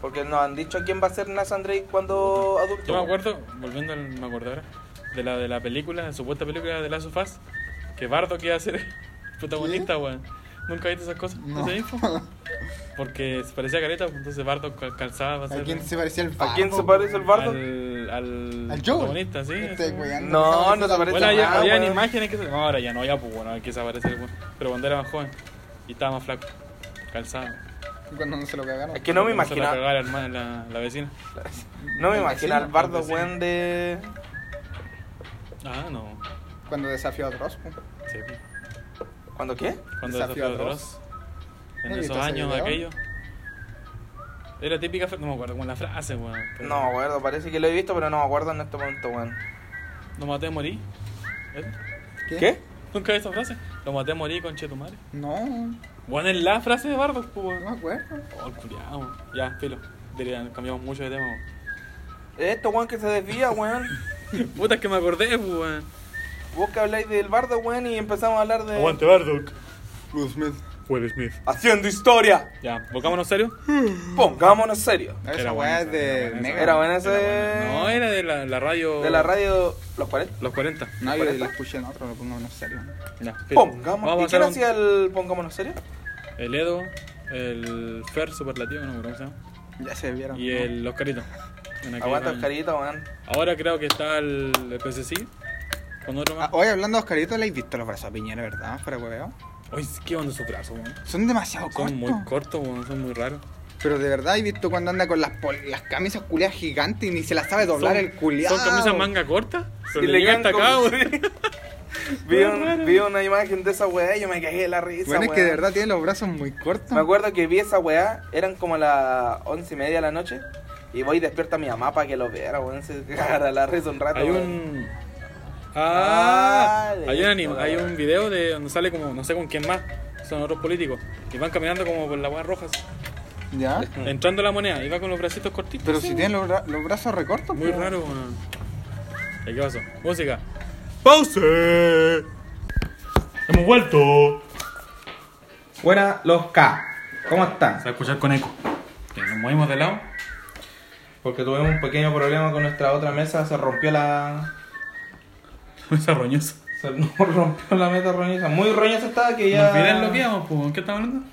S3: Porque nos han dicho quién va a ser Nathan Drake cuando adulto.
S1: Yo me acuerdo, volviendo al, me acuerdo ahora, de la, de la película, la supuesta película de Last of Us, que Bardo que iba a ser el protagonista, weón. ¿Nunca viste esas cosas?
S2: No.
S1: ¿Esa info? Porque se parecía a Careta, pues, entonces Bardo cal- calzaba para
S2: ¿A
S1: ser
S2: quién se parecía el
S3: ¿A quién se
S2: Paco?
S3: parece el bardo?
S1: al, al,
S2: ¿Al Joe?
S1: protagonista, sí.
S2: Este
S1: ese,
S2: weón.
S1: weón.
S3: No, no se parece
S1: Bueno, había,
S3: nada,
S1: habían
S3: weón.
S1: imágenes que se... No, ahora ya no, ya pues bueno, hay que se aparece el weón. Pero cuando era más joven y estaba más flaco, calzaba.
S2: Y Cuando no se lo cagaron.
S3: Es que no me
S1: Entonces La
S3: imagino,
S1: cagaba la, hermana, la, la vecina.
S3: no me
S2: el
S3: imagino
S2: vecino,
S3: al bardo
S1: el vecino.
S3: weón de...
S1: Ah, no.
S2: Cuando desafió a Dross. po.
S1: Sí, pues.
S3: ¿Cuando qué?
S1: Cuando
S2: Desafío
S1: desafió a
S2: atroz.
S1: Dross. En
S2: ¿No
S1: esos
S2: viste ese
S1: años
S2: video?
S1: aquellos. Era típica, fra- no me acuerdo, como la frase, weón. pero-
S3: No me acuerdo, parece que lo he visto, pero no me acuerdo en este momento, weón.
S1: Lo maté a morir. ¿Eh?
S3: ¿Qué?
S1: ¿Nunca vi esa frase? Lo maté a morir con Chetumare.
S2: No,
S1: Bueno, es la frase de Bardo, pues,
S2: no
S1: weón.
S2: me acuerdo.
S1: Oh, culiao. Ya, filo. Diría, cambiamos mucho de tema,
S3: Esto, weón, que se desvía, weón.
S1: weón. Puta, es que me acordé, pues, weón.
S3: Vos que habláis del bardo, weón, y empezamos a hablar de...
S4: Bardock.
S2: Will Smith.
S4: Will Smith.
S3: Haciendo historia.
S1: Ya, ¿volcámonos serio?
S3: Pongámonos serio.
S2: Esa weá es de
S1: buena esa,
S2: Mega.
S3: Era buena ese-
S1: buena. No, eh, oh. era de la, la radio.
S3: De la radio Los 40.
S1: Los 40.
S2: No, yo
S3: ¿Cuál es
S2: la
S3: esa?
S2: escuché en otro, lo pongo en serio.
S1: Ya, filo. Vamos a
S3: Pongámonos... ¿Y
S1: pasar
S3: quién
S1: a un-
S3: hacía el Pongámonos serio?
S1: El Edo, el Fer Superlativo, no me acuerdo cómo se llama.
S2: Ya se vieron.
S1: Y
S2: ¿no?
S1: el Oscarito. En aquellos
S3: Aguanta,
S1: años.
S3: Oscarito, weón.
S1: Ahora creo que está el, el PCC con otro
S2: Ah,
S1: más.
S2: oye, hablando de Oscarito, ¿le habéis visto los brazos a Piñera, verdad? Fuera de hueveo.
S3: oh.
S1: Uy, ¿qué onda su brazo, weón?
S2: Son demasiado cortos.
S1: Son muy cortos, weón, son muy raros.
S2: Pero de verdad, ¿he visto cuando anda con las, pol- las camisas culiadas gigantes y ni se las sabe doblar
S1: Son-
S2: el culiado?
S1: Son camisas manga corta, pero
S3: Y
S1: le
S3: le
S1: llegan hasta
S3: quedan
S1: acá,
S3: como-
S1: weón.
S3: Vi,
S1: Muy
S3: un-
S1: raro.
S3: vi una imagen de esa weá y yo me cagué de la risa.
S2: Bueno, es que
S3: weón.
S2: de verdad tiene los brazos muy cortos.
S3: Me acuerdo que vi esa weá, eran como las once y media de la noche. Y voy y despierto a mi mamá para que lo viera, weón. Se cara la risa un rato.
S1: Hay
S3: weón.
S1: un. ¿eh? Ah,
S3: Ah, de
S1: hay un, anim-
S3: esto,
S1: hay
S3: weón.
S1: un video de donde sale como, no sé con quién más, son otros políticos, y van caminando como por las weas rojas,
S2: ¿Ya?
S1: entrando a la moneda, y va con los bracitos cortitos.
S2: Pero
S1: así,
S2: si tienen los, bra- los brazos recortos. pues.
S1: Muy
S2: po.
S1: raro, weón. ¿Y qué pasó? Música.
S4: ¡Pause! ¡Hemos vuelto!
S3: Buena, los K. ¿Cómo están?
S1: Se va a escuchar con eco. Ya, Nos movimos de lado.
S3: Porque tuvimos un pequeño problema con nuestra otra mesa. Se rompió la.
S1: Esa roñosa.
S3: Se nos rompió la meta roñosa. Muy roñosa estaba que
S1: Al
S3: ya.
S1: final lo que íbamos, pues, ¿qué estamos hablando?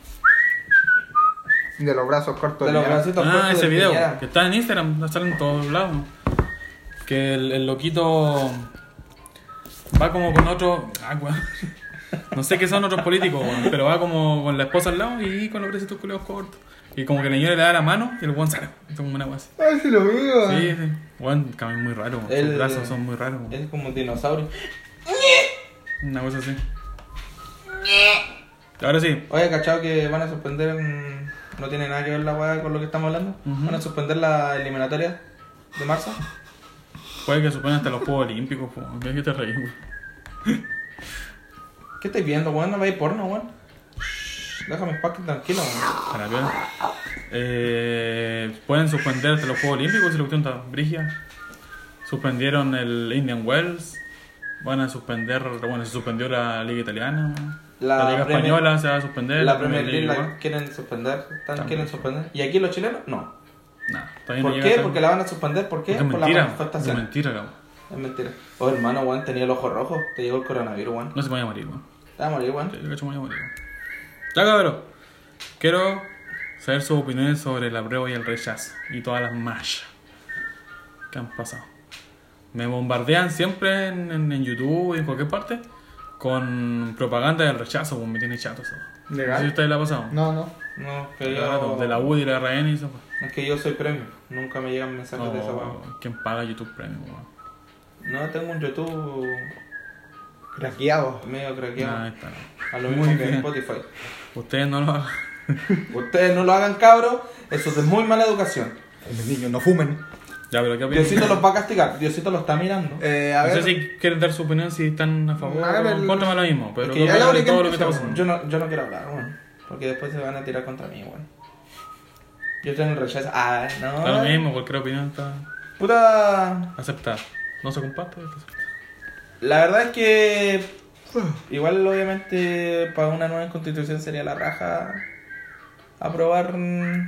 S2: De los brazos cortos.
S3: De los
S2: ya.
S3: bracitos
S1: Ah,
S3: cortos
S1: ese
S3: de
S1: video.
S3: Piñera.
S1: Que está en Instagram, sale en todos lados. Que el, el loquito va como con otro. Ah, weón. No sé qué son otros políticos, weón, pero va como con la esposa al lado y con los bracitos culeados cortos. Y como que la señora le da la mano y el weón sale. Es como una weá así.
S2: Ay, se lo veo.
S1: Sí, sí. Weón, camina muy raro, weón.
S3: El-
S1: Sus brazos son muy raros, weón.
S3: Es como un dinosaurio.
S1: Una cosa así. Ahora sí.
S3: Oye, cachado que van a suspender. mm, No tiene nada que ver la weá con lo que estamos hablando.
S1: Ujú.
S3: Van a suspender la eliminatoria de marzo.
S1: Puede que suponen hasta los Juegos Olímpicos, weón. ¿Qué te reí, weón?
S3: ¿Qué estáis viendo, weón? No veis porno, weón. Déjame en paz que tranquilo, weón.
S1: Para ver. Eh, pueden suspender hasta los Juegos Olímpicos si lo cuestión está brigia. Suspendieron el Indian Wells. Van a suspender, bueno, se suspendió la Liga Italiana.
S3: La
S1: La, Liga
S3: Premier-
S1: Española se va a suspender.
S3: La Premier League
S1: igual.
S3: la quieren suspender. están-
S1: También.
S3: quieren suspender. ¿Y aquí los chilenos? No.
S1: Nah, todavía no
S3: ¿Por
S1: llega
S3: qué?
S1: tan-
S3: Porque la van a suspender. ¿Por qué?
S1: Porque
S3: Por
S1: es
S3: la
S1: mentira. Es
S3: manifestación.
S1: mentira, cabrón.
S3: Es mentira. Oh, hermano, weón, tenía el ojo rojo. Te llegó el coronavirus, weón.
S1: No se me vaya a morir, weón.
S3: Te vas a morir, weón.
S1: Yo creo que se me vaya a morir, weón. Ya, cabrón. Quiero saber sus opiniones sobre la prueba y el rechazo. Y todas las mallas que han pasado. Me bombardean siempre en, en- en YouTube y en cualquier parte con propaganda del rechazo, weón. Me tiene chato eso. No sé si a
S3: Legal.
S1: ustedes la ha pasado.
S2: No, no.
S3: No, que yo.
S1: Claro, De la UDI, y la RN y eso. weón.
S3: Es que yo soy premio. Nunca me llegan mensajes de esa weón.
S1: No, ¿Quién paga YouTube Premium? weón?
S3: No, tengo un YouTube
S2: Craqueado.
S3: medio craqueado.
S1: Nah, ahí está, no.
S3: a lo
S1: Muy
S3: mismo que
S1: bien.
S3: Spotify.
S1: Ustedes no lo hagan.
S3: Ustedes no lo hagan, cabros. Eso es de muy mala educación.
S2: Los niños no fumen.
S1: Ya, pero ¿qué opinan?
S3: Diosito los va a castigar. Diosito los está mirando.
S2: Eh, a
S1: no
S2: ver.
S1: sé si quieren dar su opinión si están a favor
S2: A
S1: o
S2: ver,
S1: en contra me da lo mismo, pero
S3: Es que
S1: ¿qué
S3: ya
S1: opinan
S2: la
S1: de
S2: única
S1: todo lo que está
S2: empresa,
S1: pasando.
S3: Yo no, yo no quiero hablar, weón. Porque después se van a tirar contra mí, weón. Yo tengo el rechazo. Ah, no.
S1: Da lo mismo, cualquier opinión está
S3: Puta.
S1: aceptada. No se comparte, está aceptada.
S3: La verdad es que. Igual, obviamente, para una nueva constitución sería la raja. Aprobar. mm,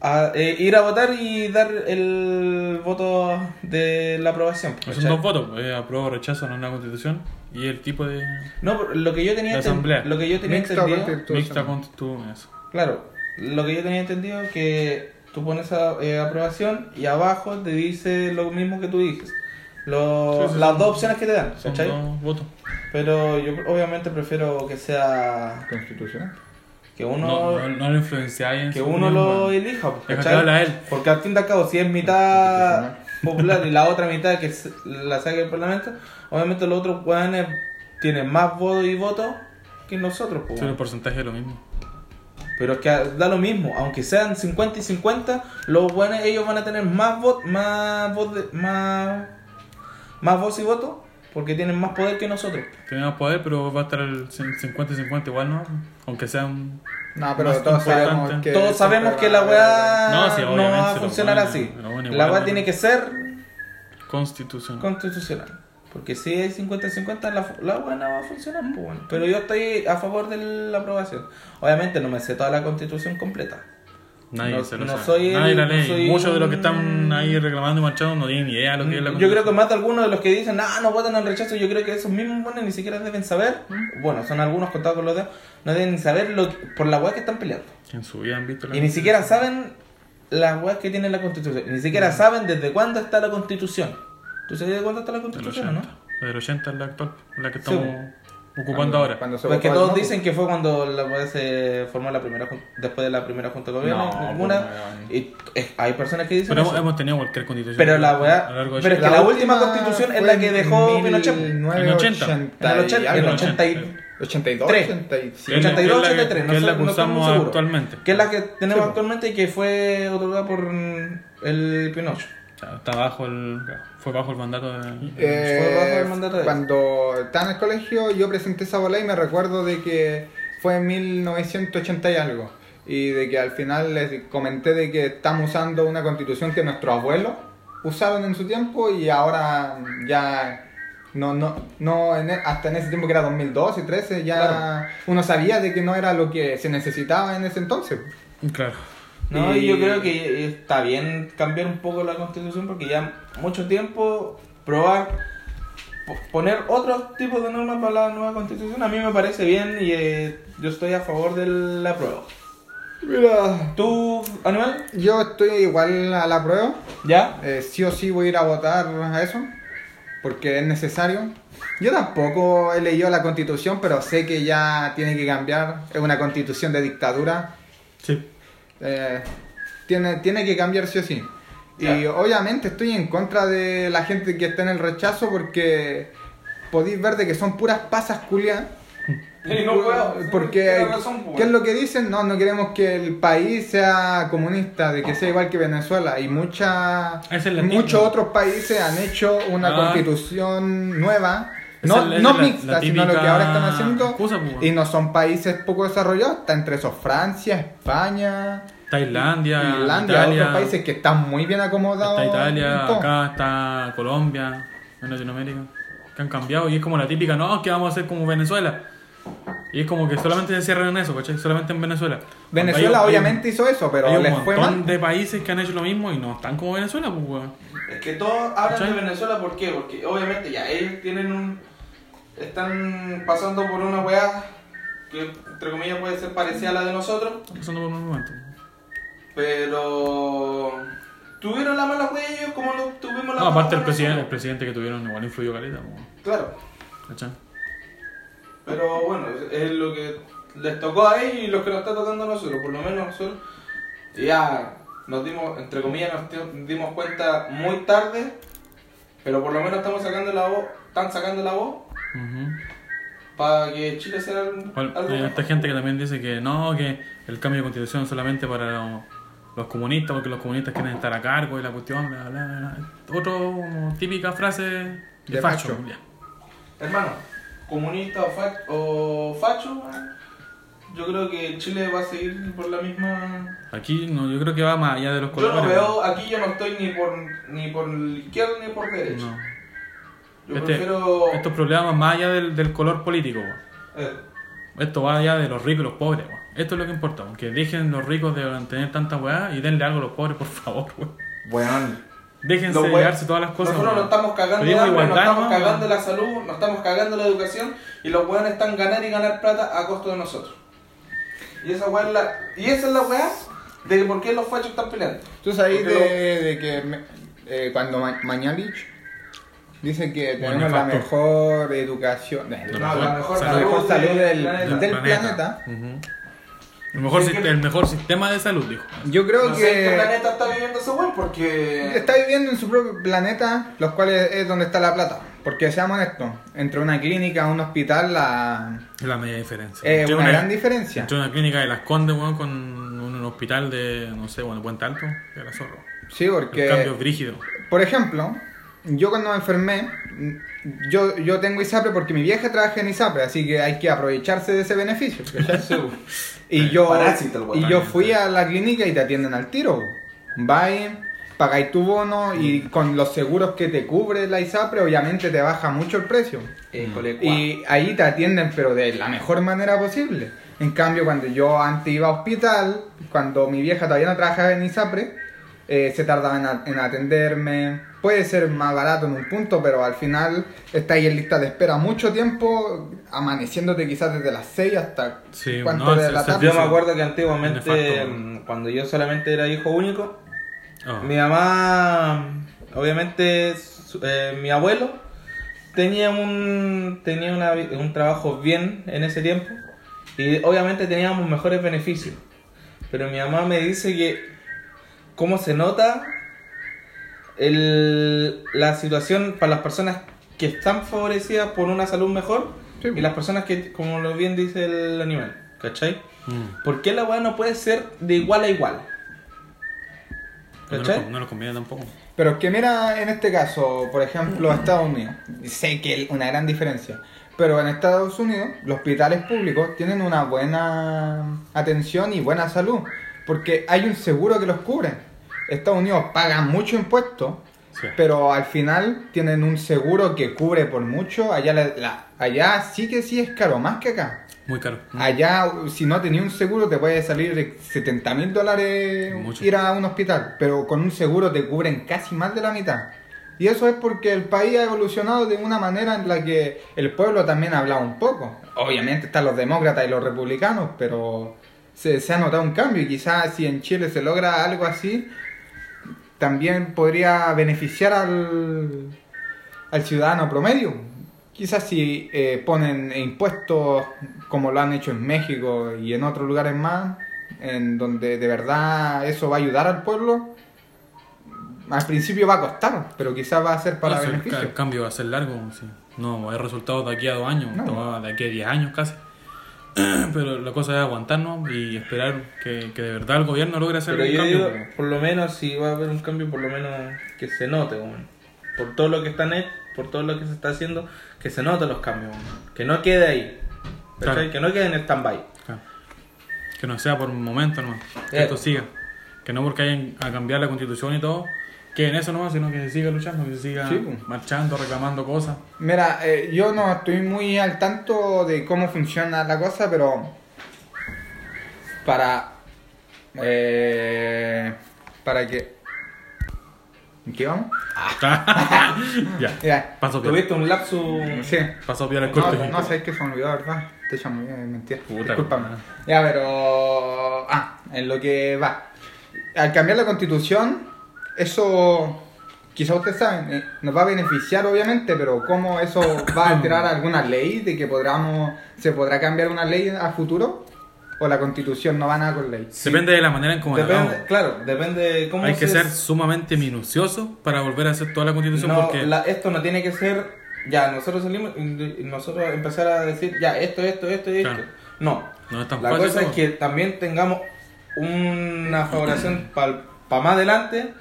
S3: a- eh, ir a votar y dar el voto de la aprobación.
S1: Son
S3: ¿cachai?
S1: dos votos, eh, apruebo o rechazo a la nueva constitución y el tipo de
S3: No, pero lo que yo tenía,
S1: La
S3: enten-
S1: asamblea.
S3: lo que yo tenía
S2: Mixta
S3: entendido.
S2: constitu- Todo
S1: mixta
S2: eso.
S1: constitución. Eso.
S3: Claro, lo que yo tenía entendido es que tú pones a- eh, aprobación y abajo te dice lo mismo que tú dices. Lo-
S1: Sí, sí,
S3: las
S1: sí.
S3: dos opciones que te dan,
S1: Son
S3: ¿cachai?
S1: dos votos.
S3: Pero yo obviamente prefiero que sea
S2: Constitucional.
S3: que uno
S1: No, no, no lo influenciáis en
S3: que
S1: su
S3: uno
S1: opinión,
S3: lo
S1: weón.
S3: elija, pues,
S1: que
S3: ¿cachai?
S1: habla él.
S3: Porque al fin y al cabo, si es mitad popular y la otra mitad que se- la saque el Parlamento, obviamente los otros weones tienen más votos y votos que nosotros, pues,
S1: Sí, el porcentaje es lo mismo.
S3: Pero es que da lo mismo, aunque sean 50 y 50, los buenos ellos van a tener más voz, más voz de- más más voz y voto porque tienen más poder que nosotros.
S1: Tiene más poder, pero va a estar el 50 y 50 igual, ¿no? Aunque sean.
S2: No, pero
S1: Más
S2: todos sabemos
S1: importante.
S2: que.
S3: Todos sabemos
S2: siempre
S3: que la
S2: va a
S3: weá
S1: No,
S3: no,
S1: sí, obviamente, pues,
S3: va a
S1: los
S3: funcionar
S1: buenos-
S3: así.
S1: los buenos
S3: La
S1: igual
S3: weá
S1: van-
S3: tiene que ser
S1: Constitución.
S3: constitucional. Porque si hay 50 y 50, la, fu- la weá no va a funcionar. pues, bueno. Pero yo estoy a favor de la aprobación. Obviamente no me sé toda la constitución completa.
S1: Nadie
S3: No-
S1: se lo
S3: no
S1: sabe.
S3: soy
S1: Nadie
S3: el-
S1: la
S3: no
S1: lee.
S3: soy
S1: Muchos de los que
S3: un-
S1: están ahí reclamando y marchando no tienen ni idea de Ah, lo que es la
S3: Yo creo que
S1: constitución.
S3: más de algunos de los que dicen, ah, no votan al rechazo, yo creo que esos mismos buenos ni siquiera deben saber, bueno, son algunos contados con los dedos, no deben ni saber lo, por la weá que están peleando.
S1: En su vida han visto la
S3: Y ni siquiera saben las weas que tiene la constitución, y ni siquiera saben desde cuándo está la constitución. ¿Tú sabes de cuándo está la
S1: Del
S3: constitución o
S1: 80.
S3: no?
S1: La del 80 es la actual, la que
S3: Sí,
S1: estamos ocupando
S2: Cuando-
S1: ahora.
S2: cuando se votó
S3: Porque
S2: el
S3: todos
S2: no,
S3: dicen que fue cuando la weá se formó la primera jun- después de la primera junta de gobierno,
S1: No,
S3: ninguna,
S1: pues, weón.
S3: y eh, hay personas que dicen
S1: Pero hemos,
S3: eso.
S1: hemos tenido cualquier constitución.
S3: Pero la weá-
S1: a lo largo de
S3: pero es
S1: Chile.
S3: que la última constitución es la
S2: fue
S3: que dejó Pinochet.
S2: En
S1: En 80.
S2: 1980
S3: En el
S2: y
S3: 80,
S2: algo,
S3: en
S1: el
S3: 80 y-
S2: 82,
S3: Tres.
S2: 85.
S1: Que es la-
S3: 82,
S1: que es la que-
S3: 83, no
S1: que es la
S3: sé-
S1: que
S3: no estoy muy
S1: usamos
S3: seguro.
S1: actualmente.
S3: Que es la que tenemos
S2: Sí, po.
S3: actualmente y que fue otorgada por mm, el Pinochet.
S1: O sea, Está bajo el, fue bajo el mandato de.
S2: Eh,
S3: Fue bajo el mandato de-
S2: cuando estaba en el colegio yo presenté esa bola y me recuerdo de que fue en 1980 y algo. Y de que al final les comenté de que estamos usando una constitución que nuestros abuelos usaron en su tiempo y ahora ya... No, no, no en e- hasta en ese tiempo que era 2012 y 13 ya
S3: Claro.
S2: uno sabía de que no era lo que se necesitaba en ese entonces.
S1: Claro.
S3: No, y... yo
S2: Y-
S3: creo que está bien cambiar un poco la constitución porque ya mucho tiempo probar po- poner otros tipos de normas para la nueva constitución a mí me parece bien y eh, yo estoy a favor del apruebo.
S2: Mira.
S3: ¿Tú, animal?
S2: Yo estoy igual a la prueba.
S3: ¿Ya?
S2: Eh, sí o sí voy a ir a votar a eso, porque es necesario. Yo tampoco he leído la constitución, pero sé que ya tiene que cambiar. Es una constitución de dictadura.
S1: Sí.
S2: Eh, tiene, tiene que cambiar sí o sí. Y
S3: Ya.
S2: obviamente estoy en contra de la gente que está en el rechazo porque podéis ver de que son puras pasas culiadas.
S3: No puedo.
S2: Porque,
S3: pues.
S2: ¿qué es lo que dicen? No, no queremos que el país sea comunista, de que sea igual que Venezuela. Y mucha,
S1: Esa es la
S2: muchos
S1: típica.
S2: otros países han hecho una
S1: Ah.
S2: constitución nueva.
S1: Esa
S2: No,
S1: es la- esa
S2: no
S1: es la-
S2: mixta,
S1: la
S2: sino lo que
S1: típica
S2: ahora están haciendo.
S1: excusa, pues,
S2: y no son países poco desarrollados, está entre esos Francia, España,
S1: Tailandia,
S2: Irlanda,
S1: Italia,
S2: otros países que están muy bien acomodados.
S1: está
S2: en
S1: Italia,
S2: todo.
S1: acá está Colombia, en Latinoamérica, que han cambiado y es como la típica, no, que vamos a hacer como Venezuela. Y es como que solamente se cierran en eso, ¿cachai? Solamente en Venezuela.
S2: Venezuela
S1: Cuando hay un-
S2: obviamente hizo eso,
S1: hay
S2: pero
S1: un
S2: les fue
S1: montón
S2: mal.
S1: de países que han hecho lo mismo y no están como Venezuela, pues, weón.
S3: Es que todos hablan
S1: ¿Cachai?
S3: de Venezuela, ¿por qué? Porque obviamente ya ellos tienen un. Están pasando por una weá que, entre comillas, puede ser parecida a la de nosotros,
S1: Pasando por un momento.
S3: pero. Tuvieron la mala wea ellos como lo tuvimos la
S1: No,
S3: mala
S1: aparte
S3: wea
S1: el presidente, el
S3: nosotros.
S1: presidente que tuvieron igual influyó caleta, pues, weón.
S3: Claro,
S1: ¿cachai?
S3: pero bueno, es lo que les tocó a ellos y lo que nos está tocando a nosotros, por lo menos nosotros. Ya nos dimos, entre comillas, nos ti- dimos cuenta muy tarde, pero por lo menos estamos sacando la voz, están sacando la voz
S1: Ujú.
S3: para que Chile sea algo.
S1: Bueno,
S3: algo
S1: hay esta
S3: mejor.
S1: gente que también dice que no, que el cambio de constitución es solamente para los, los comunistas, porque los comunistas quieren estar a cargo y la cuestión, bla, bla, bla. Otro como típica frase de,
S2: De
S1: facho.
S2: facho.
S1: ya.
S3: Hermano, comunista o, fa- o facho, yo creo que Chile va a seguir por la misma.
S1: Aquí no, yo creo que va más allá de los
S3: Yo
S1: colores.
S3: no veo, aquí yo no estoy ni por ni por izquierda ni por derecha.
S1: no.
S3: Yo
S1: Este-
S3: prefiero.
S1: Estos problemas van más allá del, del color político, weón.
S3: Eh,
S1: Esto va allá de los ricos y los pobres, weón. Esto es lo que importa, weón, que dejen los ricos de tener tanta weá y denle algo a los pobres, por favor, weón.
S2: Bueno,
S1: Déjense
S3: Los
S1: de
S3: weón-
S1: llevarse todas las cosas.
S3: Nosotros
S1: weón.
S3: nos estamos cagando de
S1: Pedimos
S3: hambre, nos
S1: igualdad, ¿no?
S3: estamos cagando la salud, nos estamos cagando la educación y los weones están ganar y ganar plata a costo de nosotros. Y esa weá es la. Y esa es la weá de que por qué los fachos están peleando.
S2: Tú sabes
S3: Porque
S2: de, de que me- eh, cuando Ma Mañalich dice que
S1: Bueno,
S2: tenemos la
S1: nefasto.
S2: mejor educación, eh,
S1: No,
S2: la,
S3: No, la
S1: Salud.
S3: mejor
S1: Salud.
S2: mejor
S3: salud
S2: salud del,
S3: planeta.
S2: del planeta.
S1: Ujú. el, mejor,
S3: Sí,
S1: sist-
S3: que-
S1: el mejor sistema de salud, dijo.
S2: Yo creo
S3: No sé en qué
S2: que
S3: planeta está viviendo ese weón porque.
S2: está viviendo en su propio planeta, los cuales es donde está la plata. Porque seamos honestos, entre una clínica un hospital la,
S1: Es la media diferencia.
S2: es
S1: Entre
S2: una gran diferencia.
S1: Entre una clínica de Las Condes, weón, con un, un hospital de, no sé, bueno, Puente Alto, de la zorra.
S2: Sí,
S1: El
S2: porque...
S1: cambio es brígido.
S2: Por ejemplo, yo cuando me enfermé, mm, yo, yo tengo ISAPRE porque mi vieja trabaja en ISAPRE, así que hay que aprovecharse de ese beneficio. ¿cachai? y yo,
S3: Parásito el guatán,
S2: y yo fui
S1: sí.
S2: a la clínica y te atienden al tiro. Vais, pagáis tu bono y
S3: Mm.
S2: con los seguros que te cubre la ISAPRE, obviamente te baja mucho el precio.
S1: Mm.
S3: Híjole, guau.
S2: Y ahí te atienden, pero de la mejor manera posible. En cambio, cuando yo antes iba a hospital, cuando mi vieja todavía no trabajaba en ISAPRE, eh, se tardaba en, a- en atenderme. Puede ser más barato en un punto, pero al final está ahí en lista de espera mucho tiempo, amaneciéndote quizás desde las 6 hasta
S1: Sí,
S2: cuánto
S1: no,
S2: de
S1: se-
S2: la
S1: se-
S2: tarde.
S3: Yo me acuerdo que antiguamente,
S1: Nefasto.
S3: mm, cuando yo solamente era hijo único,
S1: Oh.
S3: mi mamá, obviamente, su- eh, mi abuelo tenía un tenía una vi- un trabajo bien en ese tiempo y obviamente teníamos mejores beneficios. Pero mi mamá me dice que cómo se nota el- la situación para las personas que están favorecidas por una salud mejor
S2: Sí.
S3: y las personas que, como lo bien dice el animal, ¿cachai?
S1: Mm.
S3: ¿Por qué la weá no puede ser de igual a igual?
S1: No,
S3: ¿Cachai?
S1: lo, no lo conviene tampoco.
S2: Pero es que mira, en este caso, por ejemplo, Estados Unidos, sé que es una gran diferencia, pero en Estados Unidos los hospitales públicos tienen una buena atención y buena salud, porque hay un seguro que los cubre. Estados Unidos paga mucho impuesto,
S1: Sí.
S2: pero al final tienen un seguro que cubre por mucho. Allá, la- la- allá sí que sí es caro, más que acá.
S1: Muy caro.
S2: Allá, si no tenías un seguro, te puede salir 70 mil dólares
S1: Mucho.
S2: ir a un hospital, pero con un seguro te cubren casi más de la mitad. Y eso es porque el país ha evolucionado de una manera en la que el pueblo también ha hablado un poco. Obviamente están los demócratas y los republicanos, pero se, se ha notado un cambio y quizás si en Chile se logra algo así, también podría beneficiar al, al ciudadano promedio. Quizás si eh, ponen impuestos como lo han hecho en México y en otros lugares más, en donde de verdad eso va a ayudar al pueblo, al principio va a costar, pero quizás va a ser para
S1: Ah, sí, el, ca-
S2: beneficio.
S1: el cambio va a ser largo. sí. No, hay resultados de aquí a dos años,
S2: No.
S1: toma de aquí a diez años casi. Pero la cosa es aguantarnos y esperar que, que de verdad el gobierno logre hacer
S3: Pero
S1: un
S3: yo
S1: cambio.
S3: digo, por lo menos si va a haber un cambio, por lo menos que se note, weón. Por todo lo que están he- por todo lo que se está haciendo, que se noten los cambios, weón. Que no quede ahí. ¿cachai?
S1: Claro.
S3: Que no quede en stand-by.
S1: Claro. Que no sea por un momento nomás, que
S3: Eh.
S1: esto siga. Que no porque hayan a cambiar la constitución y todo, que en eso nomás, sino que se siga luchando, que se siga
S2: Sí, pues.
S1: marchando, reclamando cosas.
S2: Mira, eh, yo no estoy muy al tanto de cómo funciona la cosa, pero para eh, para que ¿En ¿qué vamos?
S1: ya,
S2: Ya,
S1: pasó bien.
S3: Tuviste un lapsus.
S2: sí.
S1: Pasó bien el
S2: No,
S1: corte.
S2: no, no sé, es que se me olvidó, la ¿verdad? Te llamo, eh, mentira.
S1: Puta,
S2: Discúlpame.
S1: weón.
S2: Ya, pero. Ah, en lo que va. Al cambiar la constitución, eso. Quizá ustedes saben, eh, nos va a beneficiar obviamente, pero ¿cómo eso va a alterar alguna ley de que podamos. ¿Se podrá cambiar una ley a futuro? ¿O la constitución no va nada con ley?
S1: Depende de la manera en cómo la
S3: Depende,
S1: hagamos.
S3: claro, depende de cómo
S1: Hay que
S3: se-
S1: ser sumamente minucioso para volver a hacer toda la constitución
S3: No,
S1: porque
S3: la- esto no tiene que ser. Ya, nosotros salimos y y nosotros empezar a decir, ya, esto, esto, esto y
S1: Claro.
S3: esto. No.
S1: no es tan
S3: La
S1: fácil.
S3: cosa es
S1: ¿no?
S3: que también tengamos una favoración para más adelante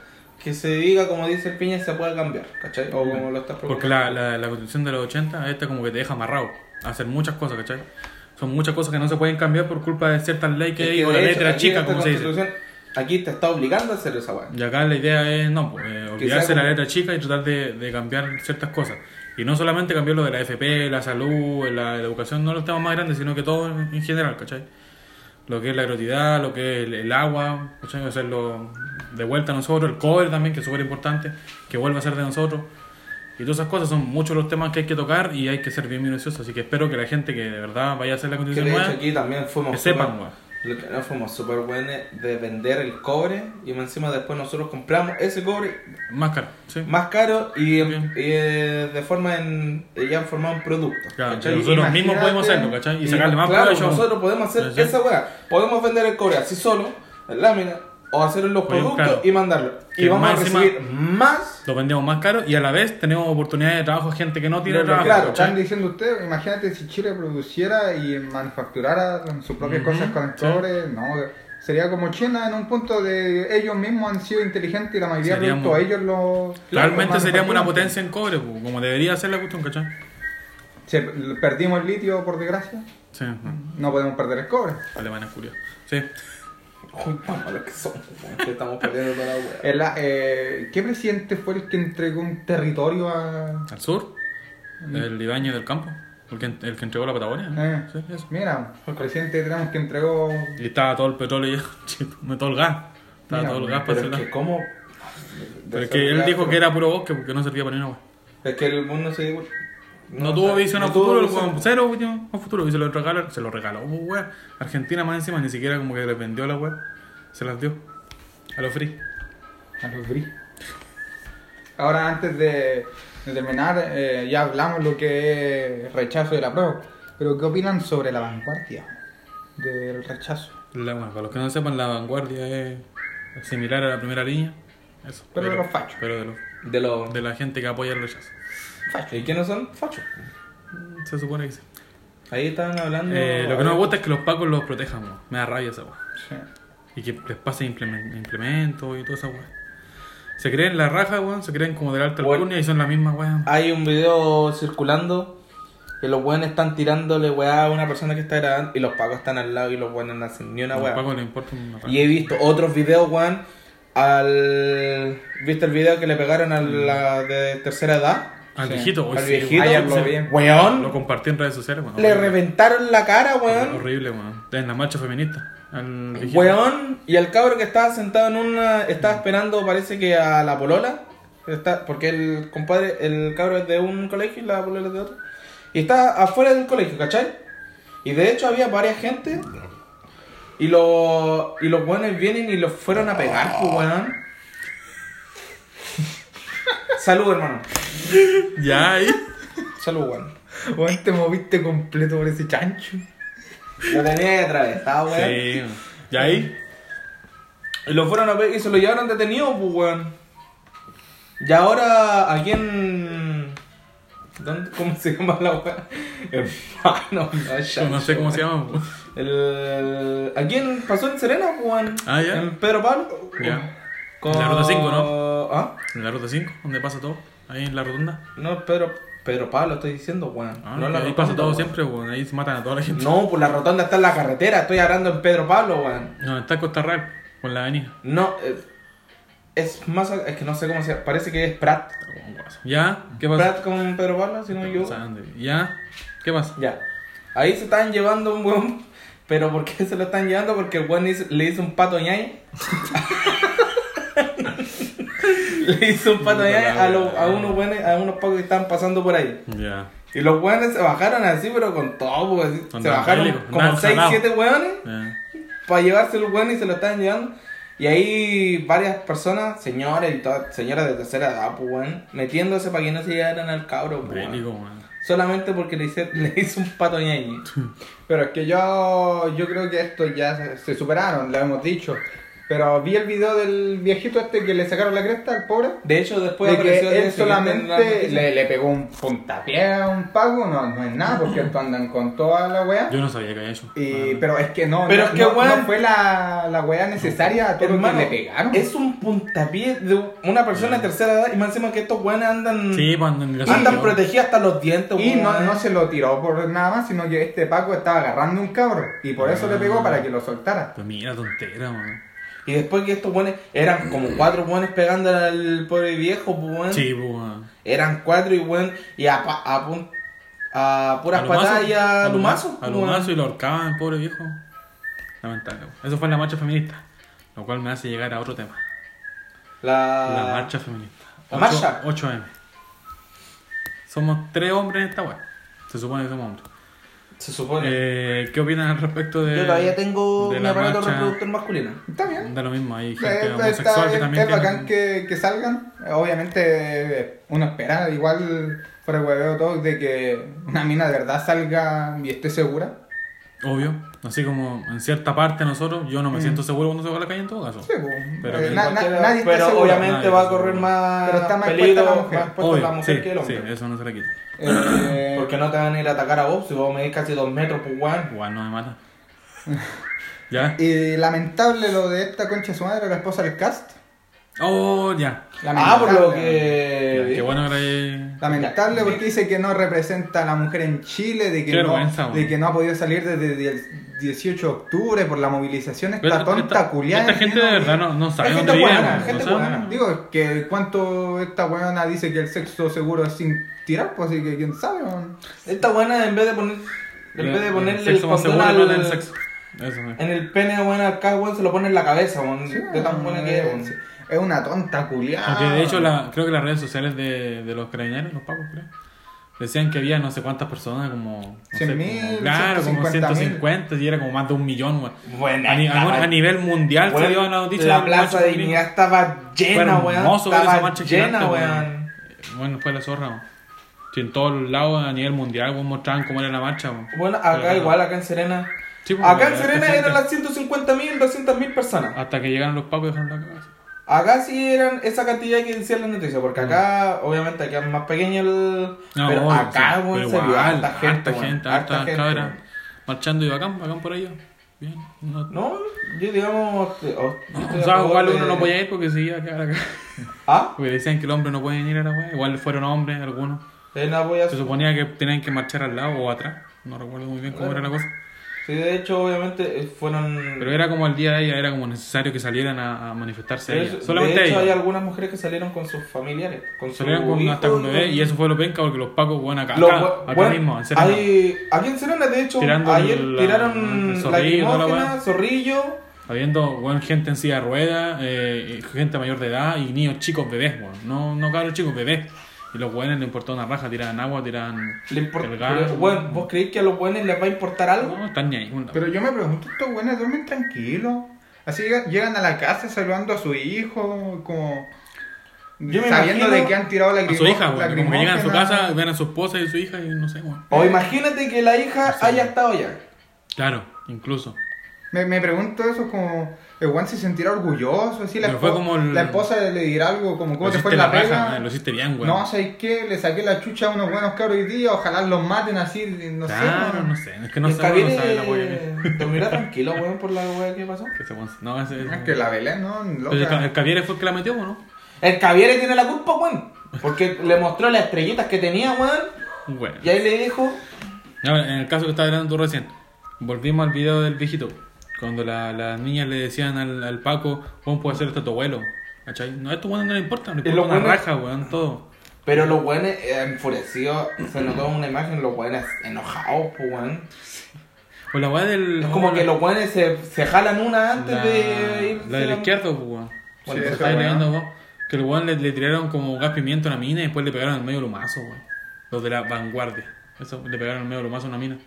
S3: que se diga, como dice el Piña, se pueda cambiar, ¿cachai? O como lo estás
S1: Porque la, la, la constitución de los 80, esta como que te deja amarrado a hacer muchas cosas, ¿cachai? Son muchas cosas que no se pueden cambiar por culpa de ciertas leyes que
S3: Es
S1: hay o
S3: de
S1: la
S3: hecho,
S1: letra
S3: aquí
S1: chica,
S3: esta
S1: como se dice.
S3: constitución, Aquí te está obligando a hacer esa weá.
S1: Y acá la idea es, no, pues, eh, olvidarse de
S3: como-
S1: la letra chica y tratar de, de cambiar ciertas cosas. Y no solamente cambiar lo de la FP, la salud, la, la educación, no los temas más grandes, sino que todo en, en general, ¿cachai? Lo que es la gratuidad, lo que es el, el agua, ¿cachai? Hacerlo de vuelta a nosotros, el cobre también, que es súper importante, que vuelva a ser de nosotros. Y todas esas cosas son muchos los temas que hay que tocar y hay que ser bien minuciosos. Así que espero que la gente que de verdad vaya a hacer la
S3: Que
S1: constitución
S3: de hecho
S1: nueva,
S3: aquí también fuimos
S1: que
S3: súper-
S1: sepan, weón.
S3: lo que- no, fuimos súper buenos de vender el cobre y más encima después nosotros compramos ese cobre
S1: Más caro, ¿sí?
S3: más caro y,
S1: Bien.
S3: y, eh, de forma en, eh, ya han formado un producto.
S1: Claro,
S3: ¿cachai?
S1: que nosotros
S2: Imagínate-
S1: mismos podemos hacerlo, ¿cachai? Y sacarle más
S3: claro,
S1: provecho.
S3: nosotros podemos hacer
S1: ¿Cachai?
S3: esa weá. Podemos vender el cobre así solo, en lámina, o hacer los
S1: Oye,
S3: productos
S1: claro.
S3: y mandarlo. Y
S1: Que
S3: vamos a
S1: más encima-
S3: recibir más.
S1: lo vendemos más caro y a la vez tenemos oportunidades de trabajo a gente que no tiene trabajo.
S2: Claro,
S1: ¿cachai?
S2: están diciendo ustedes, imagínate si Chile produciera y manufacturara sus propias
S1: Ujú,
S2: cosas con el
S1: sí.
S2: cobre, no, sería como China en un punto de ellos mismos han sido inteligentes y la mayoría de
S1: Seríamos-
S2: productos ellos lo
S1: Realmente
S2: lo
S1: seríamos una
S2: manufacturan.
S1: potencia en cobre, pues, como debería ser la cuestión, ¿cachai?
S2: Se- perdimos el litio por desgracia,
S1: Sí, ajá.
S2: no podemos perder el cobre.
S1: Alemania curia. Sí.
S3: Uy, mamá, lo que somos, weón, que estamos perdiendo toda la weá.
S2: El- eh, ¿Qué presidente fue el que entregó un territorio a
S1: Al sur, el Ibañez del campo, el que, el que entregó la Patagonia. ¿no?
S2: Mm. Eh.
S1: Sí, eso.
S2: Mira, el presidente tenemos que entregó
S1: Y estaba todo el petróleo, y todo el gas. Estaba
S2: Mira,
S1: todo el gas para
S3: Pero
S1: hacer
S3: es que,
S1: la-
S3: ¿cómo?
S1: Pero es que él dijo que era puro bosque porque no servía para ni una hueá.
S3: Es que el mundo se dio.
S1: No, tuvo visión a
S3: no tuvo
S1: futuro, el
S3: visión.
S1: weón, cero visión a futuro. Y se lo regaló, se lo regaló, pues, weón. Argentina más encima, ni siquiera como que les vendió la weá. Se las dio. A los free.
S2: a los gris. Ahora, antes de, de terminar, eh, ya hablamos lo que es rechazo y la prueba. Pero, ¿qué opinan sobre la vanguardia del rechazo?
S1: La- bueno, para los que no sepan, la vanguardia es similar a la primera línea. Eso.
S2: Pero de los fachos.
S1: Pero de, los-
S3: De los.
S1: de la gente que apoya el rechazo.
S3: ¿Y quiénes son? Fachos.
S1: Mm, Se supone que sí.
S3: Ahí estaban hablando.
S1: Eh, lo que no me gusta es que los pacos los protejan, weón. Me da rabia esa weá.
S2: Sí.
S1: Y que les pasen implemen- implementos y toda esa weá. Se creen la raja, weón. Se creen como del alta
S3: Weón.
S1: alcurnia y son la misma weá.
S3: Hay un video circulando que los weones están tirándole weá a una persona que está grabando y los pacos están al lado y los weones no hacen ni una
S1: A los
S3: weá.
S1: pacos les importa una raja.
S3: Y he visto otros videos, weón, al... ¿Viste el video que le pegaron a la de tercera edad?
S1: Al
S2: Sí.
S1: viejito, hoy
S3: Al
S1: sí,
S3: viejito.
S1: weón.
S2: Ayer lo vi.
S3: Weón,
S1: Lo compartí en redes sociales, weón.
S3: le
S1: Horrible.
S3: reventaron la cara, weón.
S1: Horrible, weón. En la marcha feminista. Al viejito.
S3: Weón, y al cabro que estaba sentado en una. Estaba esperando, parece que a la polola. Está, porque el compadre, el cabro es de un colegio y la polola es de otro. Y está afuera del colegio, ¿cachai? Y de hecho había varias gente Y, los y los buenos vienen y los fueron a pegar, pues, weón. Salud, hermano.
S1: Ya, ahí.
S3: Salud, weón.
S2: Weón, te moviste completo por ese chancho.
S3: Lo tenía atravesado, weón.
S1: Sí. Ya ahí.
S3: Y lo fueron a pe- y se lo llevaron detenido, pues, weón. Y ahora, aquí en. ¿Dónde, ¿Cómo se llama la weón? Hermano, no, ya,
S1: No sé cómo se
S3: weón.
S1: llama. po.
S3: El... Aquí en, pasó en Serena, pues, weón.
S1: Ah, ya.
S3: En Pedro Pablo.
S1: Ya.
S3: Con...
S1: La ruta cinco, ¿no?
S3: Ah,
S1: En la ruta 5, donde pasa todo. Ahí en la rotonda.
S3: no, Pedro, Pedro Pablo, estoy diciendo, weón.
S1: Ah,
S3: no en la
S1: ahí
S3: rotonda,
S1: pasa todo
S3: weón.
S1: siempre, weón. Ahí se matan a toda la gente.
S3: No, pues la rotonda está en la carretera, estoy hablando en Pedro Pablo, weón.
S1: No, está Costa Real, con la avenida.
S3: No, eh, es más. a- Es que no sé cómo se llama. Parece que es Prat.
S1: Ya, ¿qué pasa?
S3: Prat con Pues, Pedro Pablo, si no yo.
S1: Ya, ¿qué pasa?
S3: Ya. Ahí se están llevando un weón. Pero ¿por qué se lo están llevando? Porque el weón hizo- le hizo un pato ñay. le hizo un pato ñay a, los- a unos weones- a unos pacos que estaban pasando por ahí.
S1: Ya,
S3: Y los weones se bajaron así, pero con todo, pues, así. Se
S1: Andaban
S3: bajaron
S1: bélicos,
S3: como
S1: andaban
S3: 6,
S1: salados.
S3: 7 weones
S1: ya.
S3: para llevarse los weones y se lo estaban llevando. Y ahí varias personas, señores y todas, señoras de tercera edad, pues, weón, metiéndose para que no se llegaran al cabro, pues, weón.
S1: Bélico, weón.
S3: Solamente porque le hice, le hice un pato ñañi.
S2: Pero es que yo, yo creo que estos ya se, se superaron, lo hemos dicho. Pero vi el video del viejito este que le sacaron la cresta al pobre.
S3: De hecho, después
S2: de que
S3: apareció
S2: él
S3: el siguiente en la
S2: solamente
S3: noticia.
S2: le, le pegó un puntapié a un pago, no, no es nada, porque estos andan con toda la wea.
S1: Yo no sabía que había hecho. Ah,
S2: Y, pero es que no,
S3: Pero
S2: no,
S3: es que,
S2: no-
S3: weón-
S2: no fue la, la wea necesaria a todo
S3: Hermano,
S2: lo que le pegaron.
S3: Es un puntapié de una persona de tercera edad y más encima que estos weones andan,
S1: Sí, pues, cuando en la
S3: andan protegidos hasta los dientes,
S2: Y no,
S3: weón.
S2: no se lo tiró por nada más, sino que este Paco estaba agarrando un cabro. Y por eso le pegó para que lo soltara.
S1: Pues mira, tontera, weón.
S3: Y después que estos weones eran como cuatro weones pegando al pobre viejo, pues, weón.
S1: Sí, pues, weón.
S3: Eran cuatro y weón, y a, pa- a, pun- a puras
S1: Alumazo,
S3: patadas y a pues, lumazos,
S1: alumazo, alumazo y lo ahorcaban, pobre viejo. Lamentable, weón. Eso fue en la marcha feminista. Lo cual me hace llegar a otro tema. La
S3: La...
S1: marcha feminista.
S3: Ah, ¿La
S1: Ocho-
S3: marcha?
S1: 8M. Somos tres hombres en esta weá. Se supone que somos hombres.
S3: Se supone.
S1: Eh, ¿Qué opinan al respecto de.?
S3: Yo todavía tengo
S1: de
S3: mi
S1: la
S3: aparato
S1: marcha?
S3: reproductor masculino.
S2: Está bien.
S1: Da lo mismo,
S3: Eh,
S1: hay
S2: Es,
S1: gente
S2: es-
S1: homosexual
S2: está-
S1: que
S2: es-
S1: también.
S2: es
S1: tiene-
S2: bacán que, que salgan. Obviamente, uno espera, igual por el hueveo todo, de que una mina de verdad salga y esté segura.
S1: Obvio. Así como en cierta parte de nosotros, yo no
S3: Mm.
S1: me siento seguro cuando salgo a la calle en todo caso.
S2: Sí, pues,
S1: Pero que
S2: eh, na- na-
S3: Cualquiera-
S2: nadie está
S3: pero
S2: seguro.
S3: obviamente
S1: Nadie
S3: va a
S1: está
S3: correr
S1: seguro.
S3: más
S2: Pero está más
S3: peligro,
S2: expuesta la mujer.
S3: más puesta la mujer
S1: sí,
S3: que el
S1: sí,
S3: hombre.
S1: eso no se la quita.
S2: Eh,
S3: Porque no te van a ir a atacar a vos si vos medís casi dos metros, pues weón.
S1: Igual no me mata. ¿Ya?
S2: Y lamentable lo de esta concha de su madre, la esposa del cast.
S1: Oh, ya.
S3: Ah, por lo
S1: Ya,
S3: que.
S1: Qué bueno que hay...
S2: Lamentable porque dice que no representa a la mujer en Chile, de
S1: Qué
S2: que, no,
S1: vergüenza,
S2: de
S1: weón.
S2: que no ha podido salir desde el 18 de octubre por la movilización esta
S1: Pero
S2: tonta culiada.
S1: Esta gente de verdad no, no sabe
S2: Es
S1: dónde
S2: gente
S1: vive.
S2: buena,
S1: weón,
S3: ¿eh? gente
S1: no sabe.
S3: buena.
S2: Digo, que cuánto esta weona dice que el sexo seguro es sin tirar, pues así que quién sabe. weón.
S3: Esta buena, en vez de poner. En vez de
S1: El
S3: ponerle el
S1: sexo más
S3: condón
S1: seguro no
S3: al-
S1: es el sexo. Eso, weón.
S3: en el pene, weón, al acá, weón, se lo pone en la cabeza, weón. de tan buena que es, weón.
S2: es, es una tonta culiada.
S1: Porque de hecho, la, creo que las redes sociales de, de los carabineros, los pagos, creo, decían que había no sé cuántas personas, como. No sé,
S2: 100.000,
S1: como- Claro, como
S2: 150.000.
S1: 150, y era como más de un millón, weón.
S3: Buena.
S1: A, ni-
S3: estaba-
S1: a- a nivel mundial
S3: weón,
S1: se dio la noticia.
S3: La
S1: del
S3: plaza
S1: macho
S3: de
S1: femenino.
S3: dignidad estaba llena,
S1: Fue
S3: weón.
S1: hermoso ver esa
S3: Estaba
S1: marcha gigante,
S3: llena,
S1: weón.
S3: weón.
S1: Bueno, fue la zorra, weón. Sí, en todos los lados, a nivel mundial, weón, mostraban cómo era la marcha, weón.
S3: Bueno,
S1: Fue
S3: acá
S1: la-
S3: igual, acá en Serena.
S1: Sí, pues,
S3: Acá
S1: la-
S3: en Serena
S1: gente.
S3: eran las 150.000, 200.000 personas.
S1: Hasta que llegaron los pacos y dejaron la cabeza.
S3: Acá sí eran esa cantidad que decían las noticias, porque acá, obviamente, acá es más pequeño el.
S1: Mm. No,
S3: pero
S1: obvio,
S3: acá,
S1: sí.
S3: weón,
S1: Pero
S3: se vio
S1: igual,
S3: harta gente. weón,
S1: gente, harta cabra. Marchando y bacán, bacán por ellos. Bien. No,
S3: weón. No, yo digamos. te- o- estoy
S1: o
S3: a
S1: sea,
S3: favor
S1: igual
S3: de-
S1: uno no podía ir porque seguía acá, acá.
S3: Ah,
S1: Porque decían que los hombres no pueden ir a la weá. Igual fueron hombres algunos.
S3: sí, no podía.
S1: Se suponía que tenían que marchar al lado o atrás. No recuerdo muy bien cómo era la cosa.
S3: Sí, de hecho, obviamente, eh, fueron.
S1: Pero era como el día de ella, era como necesario que salieran a, a manifestarse.
S3: de
S1: ellas.
S3: hecho-
S1: Solamente
S3: de hecho,
S1: ellas.
S3: hay algunas mujeres que salieron con sus familiares. Con
S1: Salieron
S3: su
S1: con,
S3: hijo,
S1: hasta con bebé
S3: con-
S1: y eso fue lo penca porque los pacos, bueno, acá,
S3: Los
S1: acá,
S3: we-
S1: acá
S3: bueno,
S1: mismo, en Serena.
S3: hay- aquí en Serena, de hecho,
S1: Tirando
S3: ayer
S1: la- el
S3: tiraron
S1: zorrillo, toda la
S3: lacrimógena,
S1: weá.
S3: zorrillo.
S1: Habiendo weón, gente en silla de ruedas, eh, gente mayor de edad y niños chicos bebés, weón. No, no cabros chicos, bebés. Y los buenos le importó una raja, tiraban agua, tiraban.
S3: Le importa.
S1: El gas.
S3: Pero, weón, ¿vos creéis que a los buenos les va a importar algo?
S1: No, están ni ahí. una-
S2: Pero yo me pregunto, estos buenos duermen tranquilos. Así llega- llegan a la casa saludando a su hijo, como
S3: Yo me
S2: sabiendo
S3: imagino-
S2: de que han tirado la
S1: A su hija, güey. Como que llegan a su casa, ven a su esposa y su hija y no sé, güey.
S3: O imagínate que la hija haya estado allá.
S1: Claro, incluso.
S2: Me, me pregunto eso, como el Juan se sentirá orgulloso, así la,
S1: Pero fue
S2: espo-
S1: como el-
S2: la esposa le dirá algo como
S1: Lo
S2: cómo te
S1: hiciste
S2: fue en la
S1: la raja,
S2: pega.
S1: eh, lo hiciste bien, güey.
S2: No, ¿sabes qué? Le saqué la chucha a unos buenos cabros hoy día, ojalá los maten así, no sé.
S1: Claro,
S2: weón.
S1: no sé. Es que no
S3: El
S1: sé, güey, no
S3: Javier,
S1: sabe la
S3: eh,
S1: güey. que-
S3: dormirá tranquilo, weón, por la weá que pasó.
S1: que se pone- No, ese
S3: Ah,
S2: Es que la Belén, ¿no?
S1: Pero
S2: Loca.
S1: el Ca- Pues, el Javier fue el que la metió, ¿o ¿no?
S3: El Javier tiene la culpa, weón. Porque le mostró las estrellitas que tenía, weón.
S1: Bueno.
S3: Y ahí le dijo,
S1: A ver, en el caso que estaba hablando tú recién, volvimos al video del viejito. Cuando la- las niñas le decían al, al Paco, ¿cómo puede ser esto tu abuelo? ¿Cachai? No, a estos weones no le importa, le
S3: Y los
S1: importa una
S3: weones-
S1: raja, weón, todo.
S3: Pero los buenos enfurecidos, se notó en una imagen, los buenos enojados, pues, weón.
S1: O la weá del.
S3: Es como que los buenos se, se jalan una antes
S1: la,
S3: de irse.
S1: La
S3: a
S1: del izquierdo, pues, weón.
S2: Bueno,
S1: Se
S2: esa
S1: estaba
S2: weá.
S1: leyendo, weón, Que el weón le, le tiraron como gas pimiento a una mina y después le pegaron al medio lumazo, weón. Los de la vanguardia. Eso, le pegaron al medio lumazo a una mina.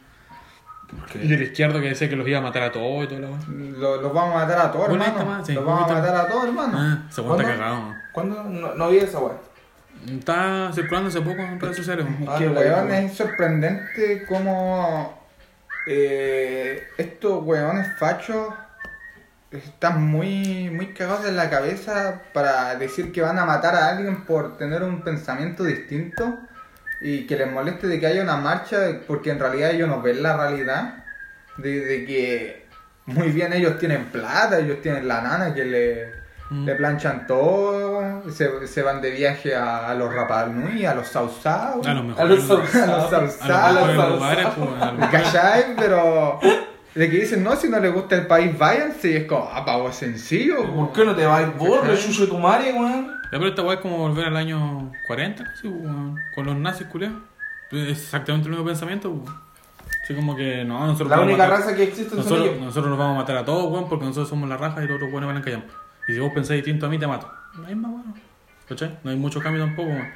S1: Y del izquierdo que decía que los iba a matar a todos y todo, la weá.
S2: Lo- los vamos a matar a todos,
S1: Bueno, ahí
S2: hermano.
S1: está más, sí.
S2: Los vamos a
S1: Ahí está.
S2: matar a todos, hermano.
S1: Ah, ese weón está
S3: ¿Cuándo?
S1: cagado, weón.
S3: ¿Cuándo? No, no vi esa weón.
S1: Está circulando hace poco en redes sociales, weón.
S2: Es que,
S3: Ah,
S2: weón,
S3: la-
S2: es sorprendente cómo eh, estos weones fachos están muy, muy cagados de la cabeza para decir que van a matar a alguien por tener un pensamiento distinto y que les moleste de que haya una marcha porque en realidad ellos no ven la realidad de, de que muy bien ellos tienen plata, ellos tienen la nana que le,
S1: Mm.
S2: le planchan todo, se, se van de viaje a, a los Rapa Nui, a los Sausados.
S1: A lo mejor.
S3: A los
S2: A los
S3: sausados.
S1: A
S2: Sausados.
S1: los mejores
S3: Salsa.
S1: lugares, pues, a lo mejor.
S2: ¿Cachai? Pero de que dicen, no, si no les gusta el país, váyanse. Y es como, ah, pavo sencillo.
S3: ¿Por qué no te vas vos, re chucho de tu madre, weón?
S1: Ya, pero esta weá es como volver al año 40, casi, pues, weón, con los nazis, culiao. Es exactamente el mismo pensamiento, weón. Así como que no, nosotros
S3: La
S1: vamos a
S3: única
S1: matar-
S3: raza que existe en
S1: nosotros,
S3: ellos.
S1: nosotros nos vamos a matar a todos, weón, porque nosotros somos la raja y los otros weones van a callar. Y si vos pensás distinto a mí, te mato. La misma weón. ¿Cachai? No hay mucho cambio tampoco, weón.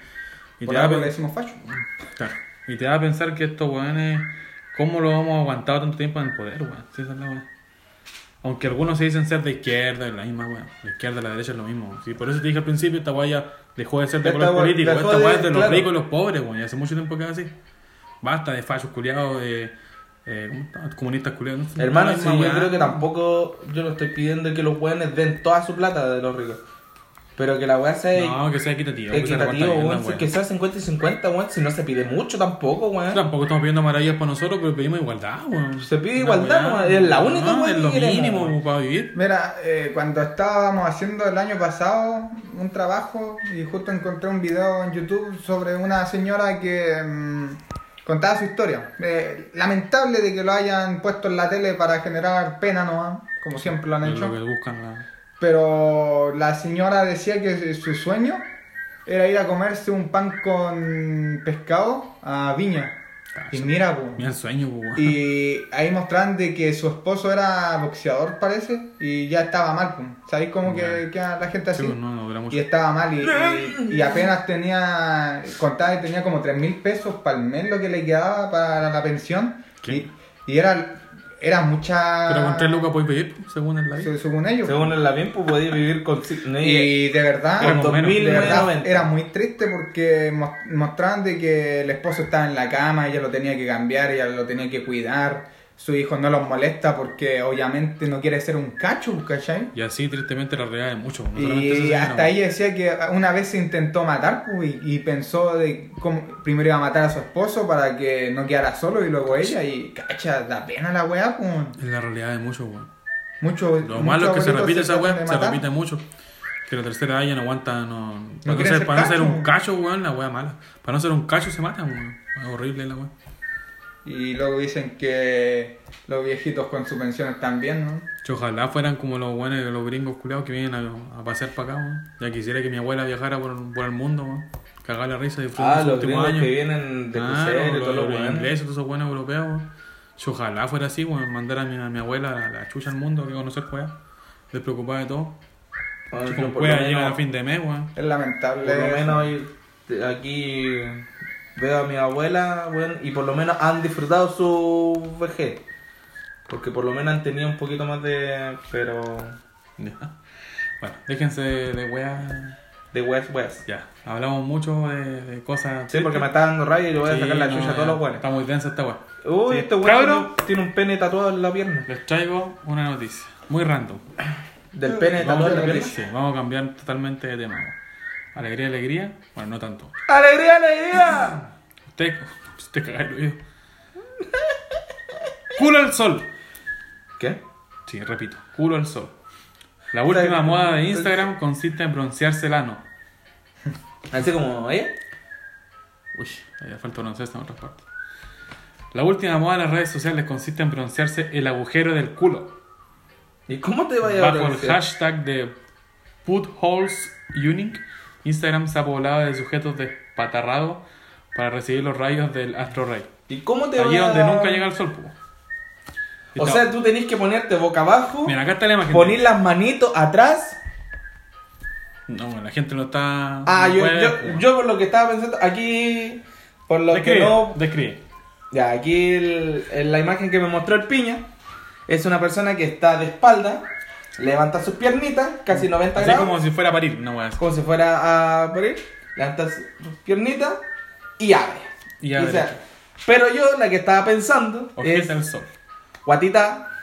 S1: Y
S2: Por
S1: te da
S2: algo
S1: pe-
S2: le decimos facho.
S1: Claro. Y te da a pensar que estos weones, ¿cómo lo hemos aguantado tanto tiempo en el poder, weón? Sí, esa es la weá. Aunque algunos se dicen ser de izquierda, es la misma weón. La izquierda y la derecha es lo mismo. Sí, por eso te dije al principio, esta weá ya dejó de ser de
S2: Esta
S1: color
S2: weá-
S1: político.
S2: dejó
S1: Esta weá
S2: de-
S1: es de los
S2: claro.
S1: ricos y los pobres, weón. Ya hace mucho tiempo que es así. Basta de fachos culiados, de. eh, ¿Cómo está? Comunistas culiados. No,
S3: Hermano,
S1: la
S3: sí,
S1: misma
S3: yo
S1: weá.
S3: creo que tampoco yo no estoy pidiendo que los weones den toda su plata de los ricos. Pero que la weá sea
S1: No, que sea equitativo. que sea repartida
S3: equitativo,
S1: bien la
S3: weón.
S1: weá.
S3: Que sea 50 y 50, weón. Si no se pide mucho tampoco, weón.
S1: Tampoco estamos pidiendo maravillas para nosotros, pero pedimos igualdad, weón.
S3: Se pide
S1: Una
S3: igualdad,
S1: weá.
S3: weón. Es la única
S1: No,
S3: weá
S1: Es
S3: que
S1: lo
S3: queremos,
S1: mínimo
S3: weón.
S1: para vivir.
S2: Mira, eh, cuando estábamos haciendo el año pasado un trabajo y justo encontré un video en YouTube sobre una señora que mm, contaba su historia. Eh, lamentable de que lo hayan puesto en la tele para generar pena, ¿no? Como siempre lo han
S1: Es
S2: hecho.
S1: lo que buscan la-
S2: Pero la señora decía que su sueño era ir a comerse un pan con pescado a Viña. Y mira, po.
S1: Mira el sueño, po, weón.
S2: Y ahí mostraban de que su esposo era boxeador, parece, y ya estaba mal, pum. ¿Sabéis cómo que
S1: Ya.
S2: queda la gente
S1: Sí,
S2: así?
S1: pues, no, no dura mucho.
S2: Y estaba mal y, y- y apenas tenía, contaba que tenía como 3 mil pesos para el mes lo que le quedaba para la pensión.
S1: ¿Qué?
S2: Y, y era, era mucha...
S1: Pero con tres lucas podéis pedir, pues, según el live.
S2: se- según ellos.
S3: Según el Lavín, pues podía vivir con. no, y-
S2: y de verdad...
S1: Pero
S3: con
S1: con menos.
S3: 2000
S2: De verdad,
S3: menos.
S2: era muy triste porque mos- mostraban de que el esposo estaba en la cama, ella lo tenía que cambiar, ella lo tenía que cuidar, su hijo no los molesta porque obviamente no quiere ser un cacho, ¿cachai?
S1: Y así, tristemente, la realidad es mucho. pues, No solamente eso,
S2: Y
S1: sino-
S2: hasta ella decía que una vez se intentó matar pues, y, y pensó de cómo primero iba a matar a su esposo para que no quedara solo y luego ella y cacha, da pena la weá, pues.
S1: Es la realidad de mucho, weón.
S2: Mucho,
S1: Lo
S2: muchos
S1: malo es que se
S2: abuelitos
S1: repite esa
S2: tratan
S1: weá,
S2: de
S1: se
S2: matar.
S1: repite mucho. Que la tercera edad ya no aguanta, no. para no
S2: quieren
S1: ser,
S2: ser
S1: para no ser
S2: cacho.
S1: un cacho, weón, la weá mala. Para no ser un cacho se matan, weón. Es horrible la weá.
S2: Y luego dicen que los viejitos con su pensión están bien, ¿no?
S1: Che, Ojalá fueran como los buenos, los gringos culiados que vienen a, a pasear para acá, weón. Ya quisiera que mi abuela viajara por, por el mundo, weón. Cagar la risa y disfrutar
S3: Ah,
S1: sus
S3: los
S1: últimos
S3: gringos
S1: años.
S3: que vienen de
S1: Ah,
S3: crucero y
S1: los-
S3: todos los
S1: los
S3: weones.
S1: ingleses, todos esos buenos europeos. weón. Si ojalá fuera así, weón, mandar a mi, a mi abuela a la chucha al mundo, que conocer weá. Despreocupada de todo.
S3: Bueno,
S1: Con
S3: Ah, por
S1: weá
S3: lo
S1: llega a
S3: menos-
S1: fin de mes, weón.
S2: Es lamentable.
S3: Por lo menos te- aquí veo a mi abuela, weón, y por lo menos han disfrutado su vejez. Porque por lo menos han tenido un poquito más de. Pero.
S1: Ya. Bueno, déjense de weas.
S3: de weas, weas.
S1: Ya, hablamos mucho de, de cosas.
S3: Sí, porque me está dando rabia y le voy a
S1: Sí,
S3: sacar la
S1: no,
S3: chucha a
S1: ya.
S3: todos los weones.
S1: Está muy densa esta wea.
S3: Uy,
S1: Sí.
S3: este weón tiene,
S1: Cabrón,
S3: un- tiene un pene tatuado en la pierna.
S1: les traigo una noticia. Muy random.
S3: Del pene
S1: Vamos
S3: tatuado en la
S1: a,
S3: pierna.
S1: sí, vamos a cambiar totalmente de tema. Alegría, alegría. Bueno, no tanto.
S3: ¡Alegría, alegría!
S1: Usted, usted pues, caga el oído. Culo al sol.
S3: ¿Qué?
S1: Sí, repito, culo al sol. La última moda de Instagram consiste en broncearse el ano.
S3: Así como, ¿eh?
S1: Uy, ya falta broncearse en otras partes. La última moda de las redes sociales consiste en broncearse el agujero del culo.
S3: ¿Y cómo te vaya a
S1: Bajo el
S3: pronunciar?
S1: hashtag de Putholes Unique, Instagram se ha poblado de sujetos despatarrados para recibir los rayos del astro rey.
S3: ¿Y cómo te
S1: Allí
S3: vaya
S1: donde nunca llega el sol, po.
S3: O sea, tú tenés que ponerte boca abajo,
S1: Mira, acá está la imagen.
S3: poner las manitos atrás.
S1: No, bueno, la gente no está.
S3: Ah,
S1: no
S3: yo,
S1: puede,
S3: yo,
S1: po.
S3: yo por lo que estaba pensando, aquí, por lo que
S1: Describe,
S3: no...
S1: describe.
S3: Ya, aquí el- en la imagen que me mostró el piña es una persona que está de espalda, levanta sus piernitas, casi 90
S1: Así
S3: grados,
S1: como si fuera a parir, una wea así.
S3: como si fuera a morir, levanta sus piernitas y abre.
S1: Y abre.
S3: O sea, pero yo la que estaba pensando es
S1: Ojete al sol.
S3: guatita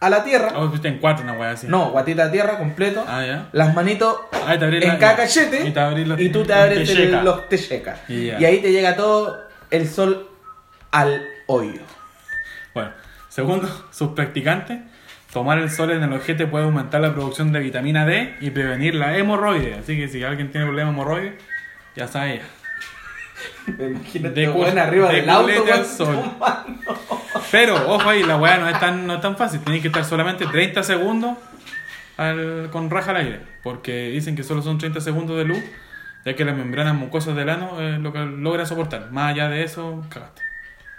S3: a la tierra.
S1: Ah, vos pusiste en cuatro una wea así.
S3: No, guatita a tierra completo.
S1: Ah, ya.
S3: Las manitos
S1: Ahí te abrís
S3: en
S1: la-
S3: cada cachete.
S1: y te abrís los-
S3: y tú te
S1: los
S3: abres el-
S1: teyeca.
S3: los techecas.
S1: Ya.
S3: Y ahí te llega todo el sol al hoyo.
S1: Bueno, segundo, sus practicantes, tomar el sol en el ojete puede aumentar la producción de vitamina D y prevenir la hemorroide. Así que si alguien tiene problema hemorroide, ya sabe.
S3: Imagínate,
S1: De
S3: weón,
S1: cu-
S3: arriba
S1: de
S3: del auto,
S1: culete
S3: weón,
S1: al sol.
S3: tomando.
S1: Pero, ojo ahí, la weá no es tan, no es tan fácil. Tenéis que estar solamente 30 segundos al- con raja al aire. Porque dicen que solo son 30 segundos de luz, ya que las membranas mucosas del ano eh, lo que logra soportar. Más allá de eso, cagaste.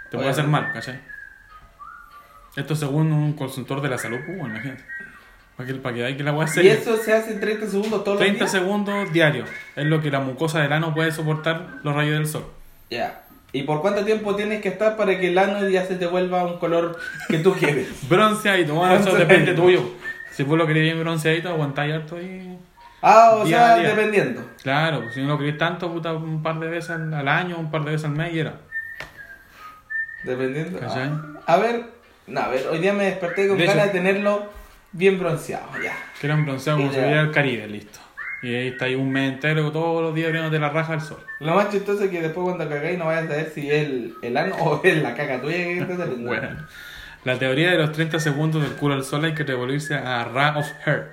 S1: Te puede
S3: Oye,
S1: hacer
S3: no.
S1: mal, ¿cachai? Esto según un consultor de la salud, uh, imagínate. Para que, para que, que la weá
S3: Y
S1: seria.
S3: eso se hace en 30 segundos todos
S1: 30
S3: los días.
S1: segundos diarios es lo que la mucosa del ano puede soportar los rayos del sol.
S3: Ya. ¿Y por cuánto tiempo tienes que estar para que el ano ya se te vuelva un color que tú quieres?
S1: Broncea y tomar eso
S3: Bronceadito.
S1: depende tuyo. Si vos lo querés bien bronceadito, aguantáis harto y.
S3: Ah, o
S1: Día a
S3: sea,
S1: día.
S3: dependiendo.
S1: Claro, pues si no lo querés tanto, puta, un par de veces al, al año, un par de veces al mes y era.
S3: Dependiendo. ah.
S1: ¿Cachai?
S3: A ver, no, a ver, hoy día me desperté con
S1: De hecho-
S3: ganas de tenerlo bien bronceado, ya.
S1: Que era un bronceado como si
S3: Ideal.
S1: hubiera el Caribe, listo. Y ahí está ahí un mes entero, todos los días de la raja al sol.
S3: Lo más chistoso es que después cuando cagáis no vayas a saber si es el, el ano o es la caca tuya que está saliendo.
S1: Bueno. La teoría de los 30 segundos del culo al sol hay que revolverse a Ra of Hair,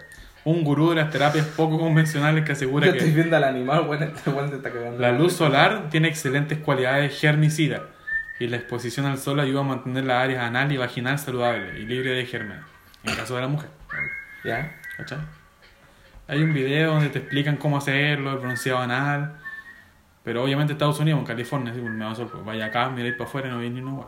S1: un gurú de las terapias poco convencionales que asegura
S3: Yo
S1: que.
S3: estoy viendo al animal, bueno, este weón se está cagando.
S1: La luz solar tiene excelentes cualidades germicidas y la exposición al sol ayuda a mantener las áreas anal y vaginal saludables y libre de germen, en el caso de la mujer.
S3: Ya.
S1: ¿Cachai? Hay un video donde te explican cómo hacerlo, el bronceado anal, pero obviamente Estados Unidos, en California, así, me va a sol, pues, vaya acá, miráis para afuera y no veis ni una hueá.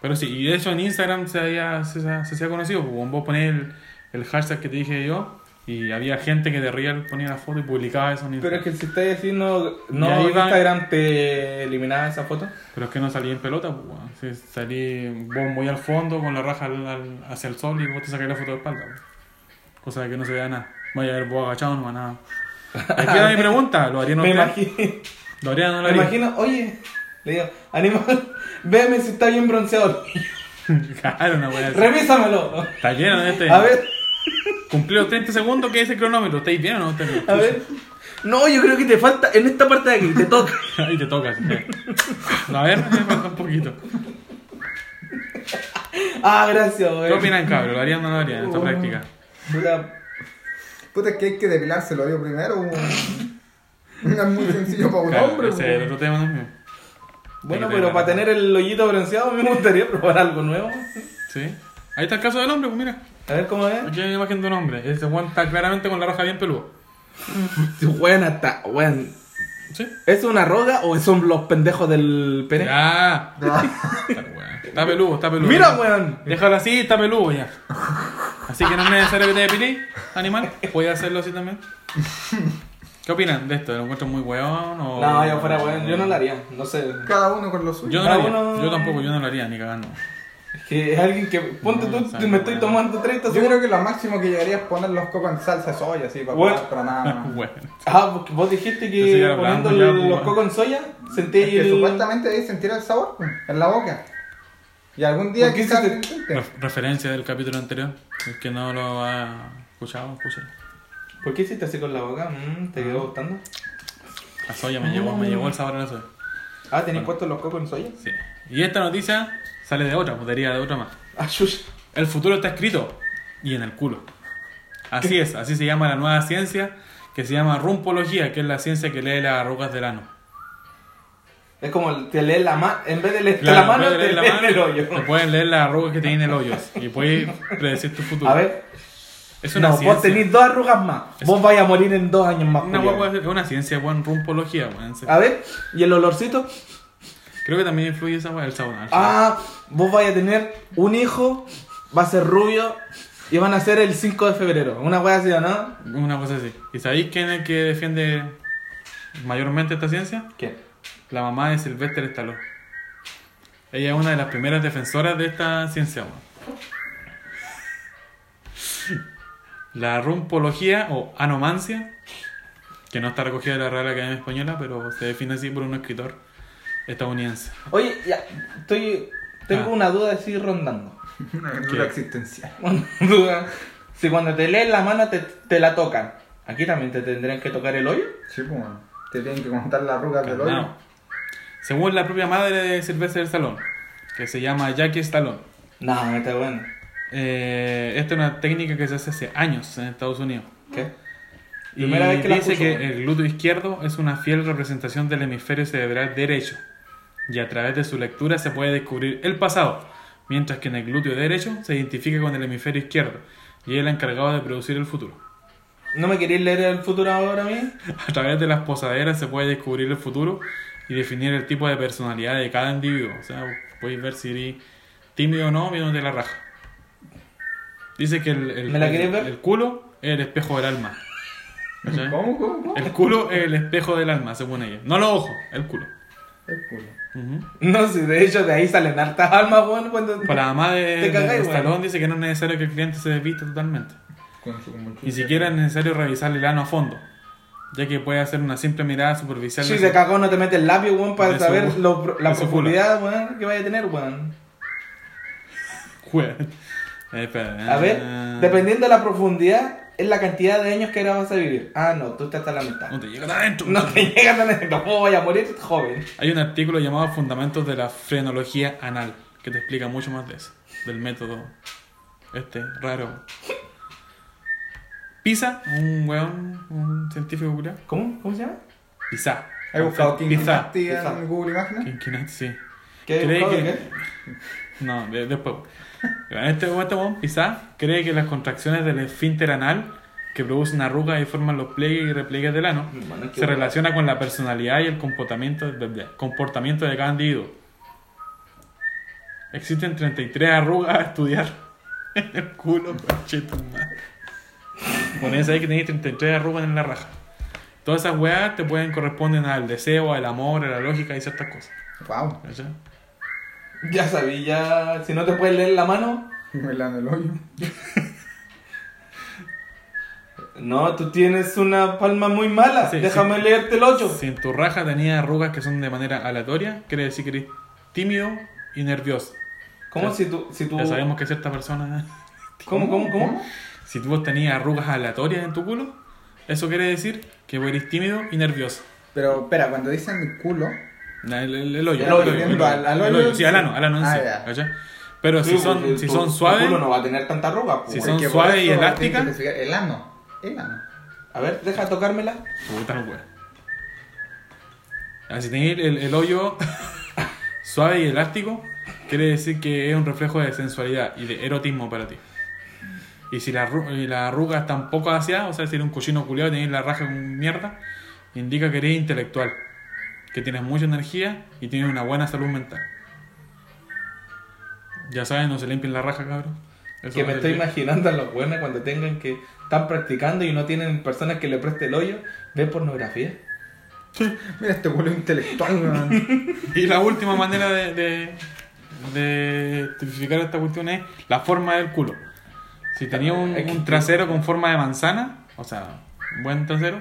S1: Pero sí, y de eso en Instagram se había, se, se hacía conocido, pues, vos ponés el, el hashtag que te dije yo y había gente que de real ponía la foto y publicaba eso en Instagram.
S3: Pero es que si estás diciendo no,
S1: Y ahí va-
S3: Instagram te eliminaba esa foto.
S1: Pero es que no salí en pelota, pues, weón. Si salí vos muy al fondo con la raja al- al- hacia el sol y vos te sacás la foto de espalda, weón. Cosa de que no se vea nada. Vaya a ver vos agachado, no va nada. Aquí era mi pregunta, ¿lo harían o no
S3: me
S1: lo harían?
S3: imagino,
S1: ¿Lo harían o no lo
S3: me
S1: harían?
S3: imagino, oye, le digo, animal, veme si está bien bronceado.
S1: claro, una weá así.
S3: Revísamelo.
S1: Está lleno de este.
S3: A ver,
S1: Cumplí los 30 segundos que es el cronómetro. ¿Estáis bien o no? ¿Estáis bien?
S3: a ver. No, yo creo que te falta en esta parte de aquí, te toca.
S1: Ahí te tocas. eh. A ver, me falta un poquito.
S3: Ah, gracias, güey.
S1: ¿Qué opinan, cabrón? ¿Lo harían o no lo harían esta práctica?
S3: Puta,
S5: Puta, es que hay que depilárselo yo primero. weón. No es muy sencillo para un
S1: Claro,
S5: hombre.
S1: ese es el
S5: weón.
S1: otro tema también.
S3: Bueno,
S1: Ahí te
S3: pero
S1: gana.
S3: para tener el hoyito bronceado me gustaría probar algo nuevo.
S1: Sí. Ahí está el caso del hombre, pues mira.
S3: A ver cómo es.
S1: Aquí hay una imagen de un hombre. Ese Juan está claramente con la roja bien peludo.
S3: Bueno, hasta, weón.
S1: ¿Sí?
S3: ¿Es una roga o son los pendejos del pene?
S1: Ya. Está, weón. Está peludo, está peludo.
S3: Mira, weón.
S1: Déjalo así, está peludo ya. Así que no es necesario que te depilí, animal. Puedes hacerlo así también. ¿Qué opinan de esto? ¿Lo encuentran muy weón? O...
S3: No, yo fuera weón, yo no lo haría, no sé.
S2: Cada uno con lo suyo.
S1: Yo no lo haría,
S3: Cada uno-
S1: yo tampoco, yo no lo haría, ni cagando.
S3: Es que es alguien que. Ponte
S1: No,
S3: tú,
S1: sabe,
S3: me estoy
S1: weón.
S3: tomando 30
S2: Yo
S3: segundos.
S2: creo que lo máximo que llegaría es poner los cocos en salsa de soya, así, para
S3: Bueno.
S2: pero nada más.
S1: Weón.
S3: Ah, porque vos dijiste
S1: Pensé que
S3: que
S1: era
S3: poniendo
S1: blanco ya,
S3: los-
S1: pues,
S3: los
S1: weón.
S3: cocos en soya, sentí
S2: Es que
S3: el.
S2: supuestamente ahí sentir el sabor pues, en la boca. Y algún día
S3: ¿Por qué
S2: quizás
S3: se
S2: lo
S3: te-
S2: intente.
S1: Ref- referencia del capítulo anterior. El que no lo ha escuchado, escúchalo.
S3: ¿Por qué hiciste así con la boca? Mm, ¿Te quedó gustando?
S1: La soya me llevó, me llevó el sabor a la soya.
S3: Ah, ¿tenés puestos los cocos en soya?
S1: Sí. Y esta noticia sale de otra, pues, deriva de otra más.
S3: Ah, shush.
S1: El futuro está escrito y en el culo. Así es, así se llama la nueva ciencia que se llama rumpología, que es la ciencia que lee las arrugas del ano.
S3: Es como el- te lee la mano, en vez de leerte
S1: Claro,
S3: la mano,
S1: en vez de
S3: te
S1: leer la
S3: lee
S1: mano,
S3: el hoyo.
S1: Te pueden leer las arrugas que tienen en el hoyo y puedes predecir tu futuro.
S3: A ver,
S1: es una
S3: no,
S1: ciencia.
S3: vos tenés dos arrugas más.
S1: Es-
S3: Vos vais a morir en dos años más.
S1: Una
S3: Julián.
S1: guagua es una ciencia, weón, rumpología, weón. en serio.
S3: Este. A ver, ¿y el olorcito?
S1: Creo que también influye esa weón, el sabor. al
S3: Ah, vos vais a tener un hijo, va a ser rubio y van a ser el 5 de febrero. Una wea así, ¿o ¿no?
S1: sabor. Una cosa así. ¿Y sabéis quién es el que defiende mayormente esta ciencia?
S3: ¿Qué?
S1: La mamá de Sylvester Stallone. Ella es una de las primeras defensoras de esta ciencia. weón. La rumpología o anomancia, que no está recogida en la Real Academia Española, pero se define así por un escritor estadounidense.
S3: Oye, ya, estoy. Tengo
S1: Ah.
S3: una duda así rondando.
S2: Una aventura existencial.
S3: Una duda. Si cuando te leen la mano te, te la tocan, ¿aquí también te tendrían que tocar el hoyo?
S2: Sí, pues, bueno. te tienen que contar las arrugas del hoyo.
S1: Calmao. Según la propia madre de Sylvester Stallone, que se llama Jackie Stallone.
S3: No, no está bueno.
S1: Eh, esta es una técnica que se hace hace años en Estados Unidos.
S3: ¿Qué?
S1: Y
S3: Primera vez que la
S1: dice
S3: escucho,
S1: que
S3: weón.
S1: el glúteo izquierdo es una fiel representación del hemisferio cerebral derecho y a través de su lectura se puede descubrir el pasado, mientras que en el glúteo derecho se identifica con el hemisferio izquierdo y es el encargado de producir el futuro.
S3: ¿No me queréis leer el futuro ahora a mí?
S1: A través de las posaderas se puede descubrir el futuro y definir el tipo de personalidad de cada individuo. O sea, podéis ver si eres tímido o no, viéndote la raja. Dice que el, el-
S3: ¿Me la
S1: el-
S3: querés ver?
S1: el culo es el espejo del alma. ¿Cachai?
S2: ¿Cómo, cómo, cómo?
S1: El culo es el espejo del alma, según ella. No los ojos, el culo.
S2: El culo.
S1: Ujú.
S3: No, si de hecho de ahí salen hartas almas, weón, cuando...
S1: Para la madre de,
S3: Te cagáis,
S1: de
S3: weón.
S1: Stallone dice que no es necesario que el cliente se desvista totalmente.
S2: Con su- con su-
S1: Ni siquiera es necesario revisar el ano a fondo, ya que puede hacer una simple mirada superficial.
S3: Si
S1: de
S3: de
S1: su-
S3: cagón no te metes el lápiz, weón, para
S1: De su-
S3: saber lo- la
S1: de su culo.
S3: profundidad, weón, que vaya a tener, weón.
S1: Jue- Eh, espera,
S3: A ver,
S1: eh,
S3: dependiendo de la profundidad, es la cantidad de años que ahora vas a vivir. Ah, no, tú estás hasta la mitad.
S1: No te llega de adentro.
S3: No te llegas a tener, no voy a morir joven.
S1: Hay un artículo llamado Fundamentos de la Frenología Anal, que te explica mucho más de eso, del método este raro. Pisa, un weón, un científico culiao.
S3: ¿Cómo? ¿Cómo se llama?
S1: Pisa.
S2: ¿Has buscado King
S1: Pisa.
S2: Nasty
S3: Quizá.
S2: en Google Imágenes?
S1: Kinkinat, sí.
S3: ¿Qué hay
S1: Cree
S3: buscado de
S1: que-
S3: qué?
S1: No, de- después. En este momento, weón, Pisa cree que las contracciones del esfínter anal, que producen arrugas y forman los pliegues y repliegues del ano,
S3: Bueno, qué
S1: se
S3: bueno.
S1: relaciona con la personalidad y el comportamiento de, de- comportamiento de cada individuo. Existen 33 arrugas a estudiar en el culo, coche tu madre. Bueno, ahí que tenéis 33 arrugas en la raja. Todas esas weas te pueden corresponden al deseo, al amor, a la lógica y ciertas cosas.
S2: Wow,
S1: ¿cachai?
S3: Ya sabí, ya... Si no te puedes leer la mano...
S2: me la en el hoyo.
S3: No, tú tienes una palma muy mala.
S1: Sí,
S3: Déjame
S1: sí.
S3: leerte el 8.
S1: Si en tu raja tenía arrugas que son de manera aleatoria, quiere decir que eres tímido y nervioso.
S3: ¿Cómo
S1: Ya-
S3: si tú... Si tú...
S1: Ya sabemos que cierta persona...
S3: ¿Cómo, cómo, cómo?
S1: Si tú tenías arrugas aleatorias en tu culo, eso quiere decir que eres tímido y nervioso.
S2: Pero, espera, cuando dicen mi culo,
S1: Na- El, el- el hoyo.
S3: El hoyo,
S2: viendo al- al
S1: el
S2: hoyo,
S1: Sí, al ano, al ano en
S2: Ah,
S1: sí,
S2: ya.
S1: ¿cachai? Pero si
S3: Sí, porque
S1: son, si
S3: tu-
S1: son
S3: Tu
S1: suaves,
S3: culo no va a tener tanta arruga, pues.
S1: Si
S2: es
S1: son
S2: que por
S1: suaves y
S2: eso
S1: elásticas.
S2: tienen que especificar El ano, el ano.
S3: A ver, deja tocármela.
S1: puta wea. Ah, Si tenéis el, el hoyo suave y elástico, quiere decir que es un reflejo de sensualidad y de erotismo para ti. Y si la, arru- y la arruga está un poco hacia, o sea, si eres un cochino culiado y tenéis la raja con mierda, indica que eres intelectual, que tienes mucha energía y tienes una buena salud mental. Ya saben, no se limpien la raja, cabrón. Eso
S3: que
S1: va
S3: me
S1: a
S3: estoy
S1: servir.
S3: imaginando a los buenos cuando tengan que están practicando y no tienen personas que le preste el hoyo, ven pornografía.
S2: Mira este vuelo intelectual, weón.
S1: Y la última manera de, de, de tipificar esta cuestión es la forma del culo. Si tenía un,
S3: Es que-
S1: un trasero con forma de manzana, o sea, un buen trasero,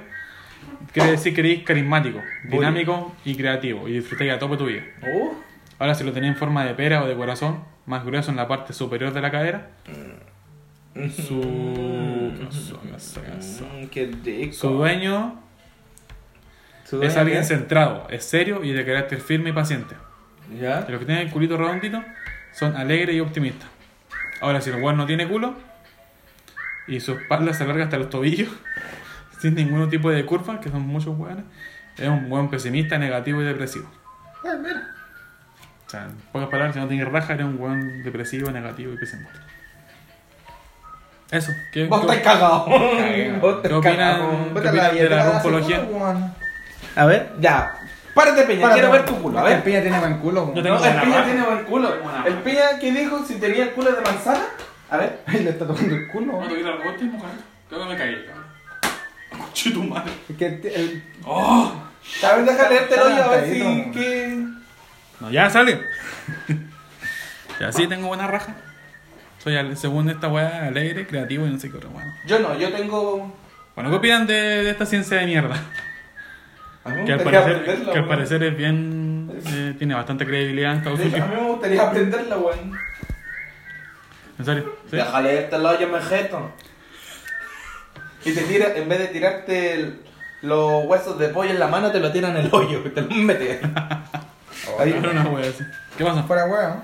S1: quiere decir que eres carismático, dinámico y creativo y disfrutáis a tope tu vida.
S3: Uh,
S1: Ahora, si lo tenía en forma de pera o de corazón, más grueso en la parte superior de la cadera, su. su- su- su-
S3: mm, qué rico.
S1: Su dueño
S3: Su dueño
S1: es alguien
S3: que-
S1: centrado, es serio y de carácter firme y paciente.
S3: ¿Ya?
S1: Y los que tienen el culito redondito son alegres y optimistas. Ahora, si el weón no tiene culo y su espalda se alarga hasta los tobillos, sin ningún tipo de curva, que son muchos weones, es un buen pesimista, negativo y depresivo.
S2: Ah, mira.
S1: O sea, en pocas palabras, si no tiene raja, eres un weón depresivo, negativo y pesimista. Eso. ¿Qué,
S3: Vos
S1: qué-
S3: estás cagado. Vos estás
S1: qué opinan,
S3: cagado.
S1: qué
S2: Bota
S1: opinan de
S2: billetera
S1: la
S2: de hace
S1: rombología?
S2: culo, weón.
S3: A ver, ya. Párate, Peña,
S2: Para,
S3: quiero
S2: weón.
S3: ver tu culo.
S2: No,
S3: A ver.
S2: El piña tiene buen culo,
S1: Yo
S2: weón.
S1: tengo
S3: No, el
S1: una
S3: piña
S1: raja.
S3: tiene buen culo. El piña que dijo si tenía el culo de manzana. A ver.
S2: Ay, le está tocando el culo, weón.
S1: quiero la última, Creo que me caí, cabrón. Conche tu madre.
S2: Es que el- el-
S1: ¡Oh!
S3: A ver, déjale este el hoyo a ver
S2: Está
S3: si.
S2: bien,
S3: que...
S1: No, ya sale. y así tengo buena raja. Soy, ale- según esta weá, alegre, creativo y no sé qué otra bueno.
S3: Yo no, yo tengo.
S1: Bueno, ¿qué opinan de, de esta ciencia de mierda?
S3: A mí me
S1: Que al
S3: gustaría
S1: parecer,
S3: aprenderla,
S1: que al
S3: weón.
S1: parecer es bien. eh, tiene bastante credibilidad en Estados
S3: De hecho, A
S1: Unidos.
S3: mí me gustaría aprenderla, weón.
S1: ¿En serio? ¿Sí?
S3: Déjale este el hoyo, me jeto. Y te tira, en vez de tirarte el- los huesos de pollo en la mano, te lo tiran en el hoyo, te los mete. Ahí.
S1: Era una weá así. ¿Qué pasa?
S2: Fuera weón.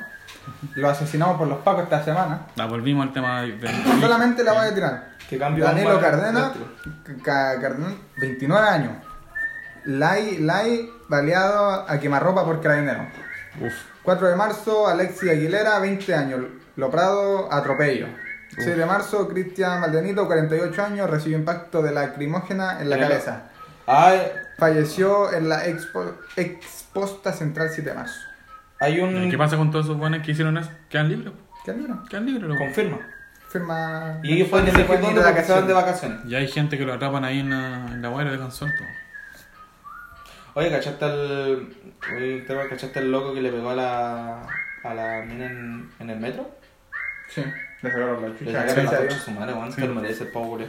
S2: Lo asesinamos por los pacos esta semana.
S1: La volvimos al tema de. de-
S2: Solamente la voy a tirar.
S3: Que cambio
S2: Danilo
S3: vamos a-
S2: Cardena, Ca- Cardena, 29 años. Lai, Lai, baleado a quemarropa por carabinero.
S1: Uf.
S2: 4 de marzo, Alexis Aguilera, 20 años. Loprado, atropello. 6 de marzo, Cristian Maldenito, 48 años, recibió impacto de lacrimógena en la
S3: En la-
S2: cabeza.
S3: Ay,
S2: Falleció en la expo- exposta central 7 de marzo.
S3: hay
S1: ¿Y
S3: un.
S1: ¿Qué pasa con todos esos buenos que hicieron eso? Quedan libres.
S2: ¿Qué libro?
S1: Quedan libres, loco.
S3: Confirma.
S2: Firma.
S3: Y ellos pueden elegir
S2: pueden ir
S3: dónde
S2: de
S3: porque se van de
S2: vacaciones.
S3: vacaciones.
S1: Ya hay gente que lo atrapan ahí en la, en la weá y lo dejan suelto.
S3: Oye, ¿cachaste el. Oye, Esteban, ¿cachaste el loco que le pegó a la. a la mina en, en el metro?
S2: Sí, le sacaron la
S3: Le
S2: chucha.
S3: sacaron la
S2: gracias a
S3: chucha a
S2: Dios.
S3: su madre, weón. Se lo merece, pobre.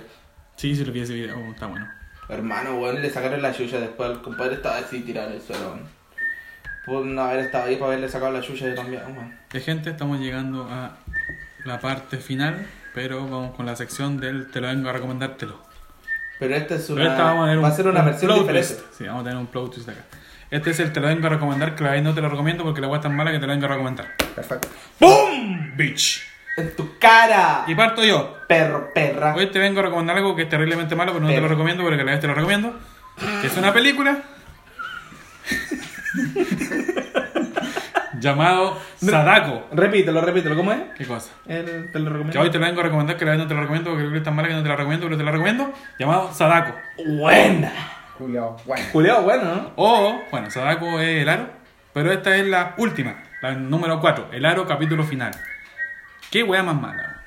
S1: Sí, si lo vi ese video, oh, está bueno.
S3: Hermano, weón, le sacaron la chucha después. El compadre estaba así tirado en el suelo, weón. Por no haber estado ahí para haberle sacado la chucha yo también, weón.
S1: De gente, estamos llegando a la parte final, pero vamos con la sección del te lo vengo a recomendártelo.
S3: Pero esta es
S1: Pero
S3: una.
S1: esta vamos a tener
S3: va a ser una
S1: un
S3: versión
S1: plot
S3: diferente.
S1: twist. Sí, vamos a tener un plot twist acá. Este es el te lo vengo a recomendar, que la vez no te lo recomiendo porque la weá es tan mala que te lo vengo a recomendar.
S2: Perfecto.
S1: ¡Boom! Bitch.
S3: ¡En tu cara!
S1: Y parto yo.
S3: Perro, perra.
S1: Hoy te vengo a recomendar algo que es terriblemente malo, pero no te
S3: Pero.
S1: lo recomiendo porque la vez te lo recomiendo. Que es una película. llamado Sadako.
S3: Repítelo, repítelo, ¿cómo es?
S1: ¿Qué cosa?
S3: El- te lo
S1: Que hoy
S3: recomiendo.
S1: te la vengo a recomendar, que la vez no te la recomiendo porque creo que es tan mala que no te la recomiendo, pero te la recomiendo. Llamado Sadako.
S3: Buena.
S2: Julio, bueno.
S3: Julio, bueno, ¿no?
S1: O, bueno, Sadako es el aro, pero esta es la última, la número 4, el aro capítulo final. ¿Qué wea más mala?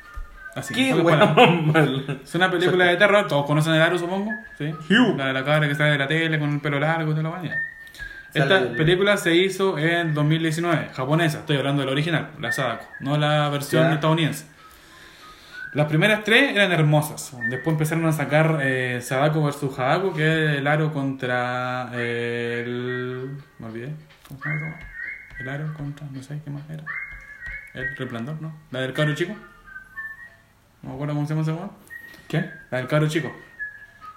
S1: Así,
S3: Qué
S1: en pocas
S3: buena
S1: palabras.
S3: mal.
S1: Es una película de terror, todos conocen el aro, supongo. ¿Sí? La de la cara que sale de la tele con el pelo largo y toda la vaina. Esta
S3: Sale el-
S1: película se hizo en 2019, japonesa, estoy hablando del original, la Sadako, no la versión
S3: Ya.
S1: estadounidense. Las primeras tres eran hermosas. Después empezaron a sacar eh, Sadako vs Hadako, que es el aro contra eh, el. Me olvidé. ¿Cómo se llama? El aro contra. No sé qué más era. El resplandor, ¿no? La del caro chico. No me acuerdo cómo se llama ese weón.
S3: ¿Qué?
S1: La del caro chico.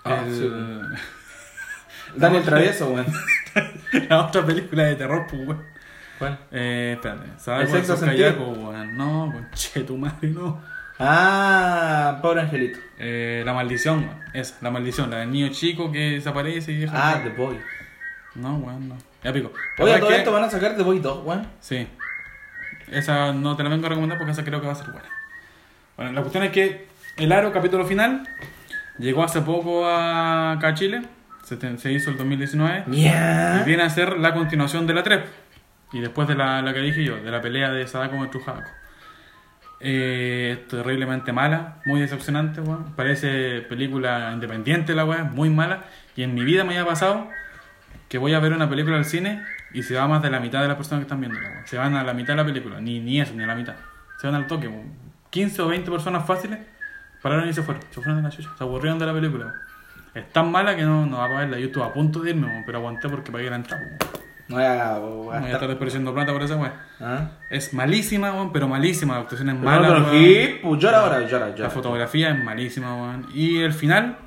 S3: Ah,
S1: El-
S3: Daniel Travieso, weón.
S1: La otra película de terror, pues, weón.
S3: ¿Cuál?
S1: Eh, espérate.
S3: El
S1: Sadako
S3: sexto
S1: versus
S3: sentido.
S1: Kayako, weón. No, conche tu madre, no.
S3: Ah, pobre angelito.
S1: Eh, la maldición, weón. Esa, la maldición, la del niño chico que desaparece y deja.
S3: Ah, The Boy.
S1: No, weón, no. Ya pico. La
S3: Oye,
S1: verdad
S3: a todo
S1: es que-
S3: esto van a sacar The Boy 2, weón.
S1: Sí. Esa no te la vengo a recomendar porque esa creo que va a ser buena. Bueno, la cuestión es que El Aro, capítulo final, llegó hace poco a, acá a Chile. Se, te- se hizo el 2019. Y
S3: Yeah.
S1: viene a ser la continuación de la 3. Y después de la, la que dije yo, de la pelea de Sadako contra Hadako. eh, terriblemente mala, muy decepcionante, weón. Parece película independiente la weá, muy mala. Y en mi vida me había pasado que voy a ver una película al cine y se va más de la mitad de las personas que están viendo Se van a la mitad de la película, ni, ni eso, ni a la mitad. Se van al toque, weón. 15 o 20 personas fáciles pararon y se fueron. Se fueron de la chucha, se aburrieron de la película. weón. Es tan mala que no, no va a pagarla. Yo estuve a punto de irme, weón, pero aguanté porque pagué la entrada. weón.
S3: No ya, bo,
S1: Voy a
S3: hasta-
S1: estar desperdiciando plata por esa weá.
S3: ¿Ah?
S1: Es malísima, weón, pero malísima. La actuación es
S3: Pero
S1: mala.
S3: no,
S1: weón.
S3: pero hip, pues, llora ahora, llora, llora.
S1: La fotografía es malísima, weón. Y el final,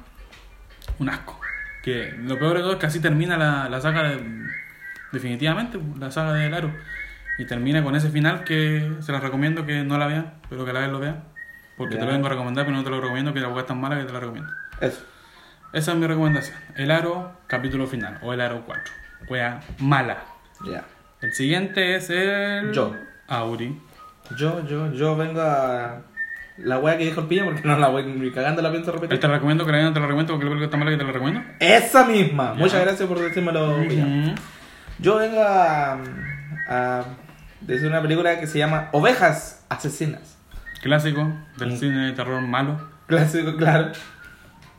S1: un asco. Que lo peor de todo es que así termina la, la saga, de- definitivamente, la saga de Laro. Y termina con ese final que se las recomiendo que no la vean, pero que la vez lo vean. Porque te
S3: Ya.
S1: lo vengo a recomendar, pero no te lo recomiendo, que la hueá es tan mala que te la recomiendo.
S3: Eso.
S1: Esa es mi recomendación. El Aro, capítulo final, o el Aro 4. Hueá mala.
S3: Ya.
S1: El siguiente es el...
S3: Yo.
S1: Auri.
S3: Yo, yo, yo vengo a. La wea que dijo el pillo porque no la voy ni cagando la pienso
S1: Ahí
S3: repetir.
S1: te la recomiendo, que la vean, te la recomiendo, porque la película es tan mala que te la recomiendo. Mm.
S3: Esa
S1: Ya.
S3: misma. Muchas gracias por decírmelo. William.
S1: Ujú.
S3: Yo vengo a, a decir una película que se llama Ovejas Asesinas.
S1: Clásico del
S3: Mm.
S1: cine de terror malo.
S3: Clásico, claro.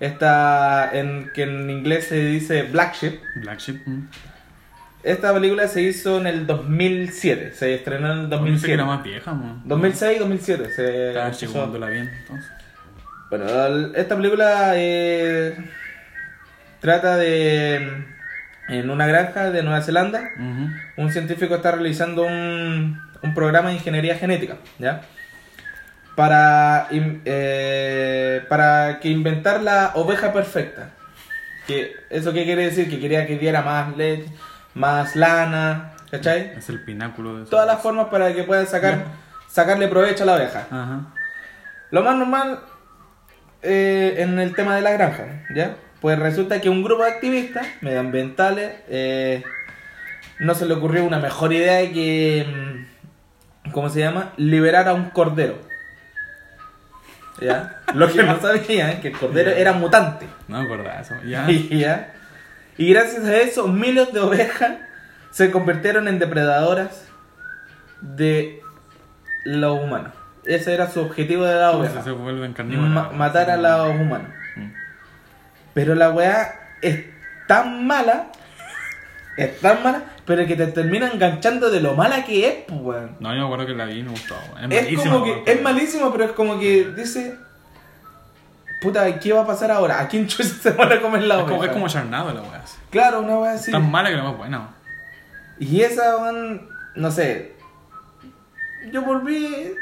S3: Esta en que en inglés se dice Black Sheep.
S1: Black Sheep. mm.
S3: Esta película se hizo en el 2007. Se estrenó en el
S1: Pensé que
S3: 2007.
S1: era más vieja, man.
S3: 2006, 2007. Se
S1: Estaba
S3: empezó.
S1: checándola bien, entonces.
S3: Bueno, el- esta película eh, trata de. En una granja de Nueva Zelanda,
S1: Ujú.
S3: un científico está realizando un, un programa de ingeniería genética, ¿ya? Para, in- eh, para que inventar la oveja perfecta. Que, ¿Eso qué quiere decir? Que quería que diera más leche, más lana, ¿cachai?
S1: Es el pináculo de eso.
S3: Todas las formas para que puedan sacar, sacarle provecho a la oveja.
S1: Ajá.
S3: Lo más normal eh, en el tema de la granja, ¿ya? Pues resulta que un grupo de activistas medioambientales eh, no se le ocurrió una mejor idea que, mm, ¿cómo se llama? Liberar a un cordero. ¿Ya? Lo que no sabían que el cordero era mutante.
S1: No me acordaba eso. Ya.
S3: ¿Ya? Y gracias a eso, miles de ovejas se convirtieron en depredadoras de los humanos. Ese era su objetivo de la
S1: Entonces
S3: oveja.
S1: se vuelven carnívoros.
S3: Ma- matar a los humanos.
S1: Mm.
S3: Pero la weá es tan mala, es tan mala, pero que te termina enganchando de lo mala que es, pues, weón.
S1: No, yo me acuerdo que la vi y me gustó. weón. Mm. Es,
S3: Es como que, es
S1: malísimo.
S3: malísimo, pero es como que dice, puta, ¿qué va a pasar ahora? ¿A quién chucha se van a comer la
S1: Es como,
S3: oveja?
S1: es como charnado la weá. así.
S3: Claro, una weá así.
S1: Tan mala que la más buena. weón.
S3: Y esa, weón, no sé, yo volví,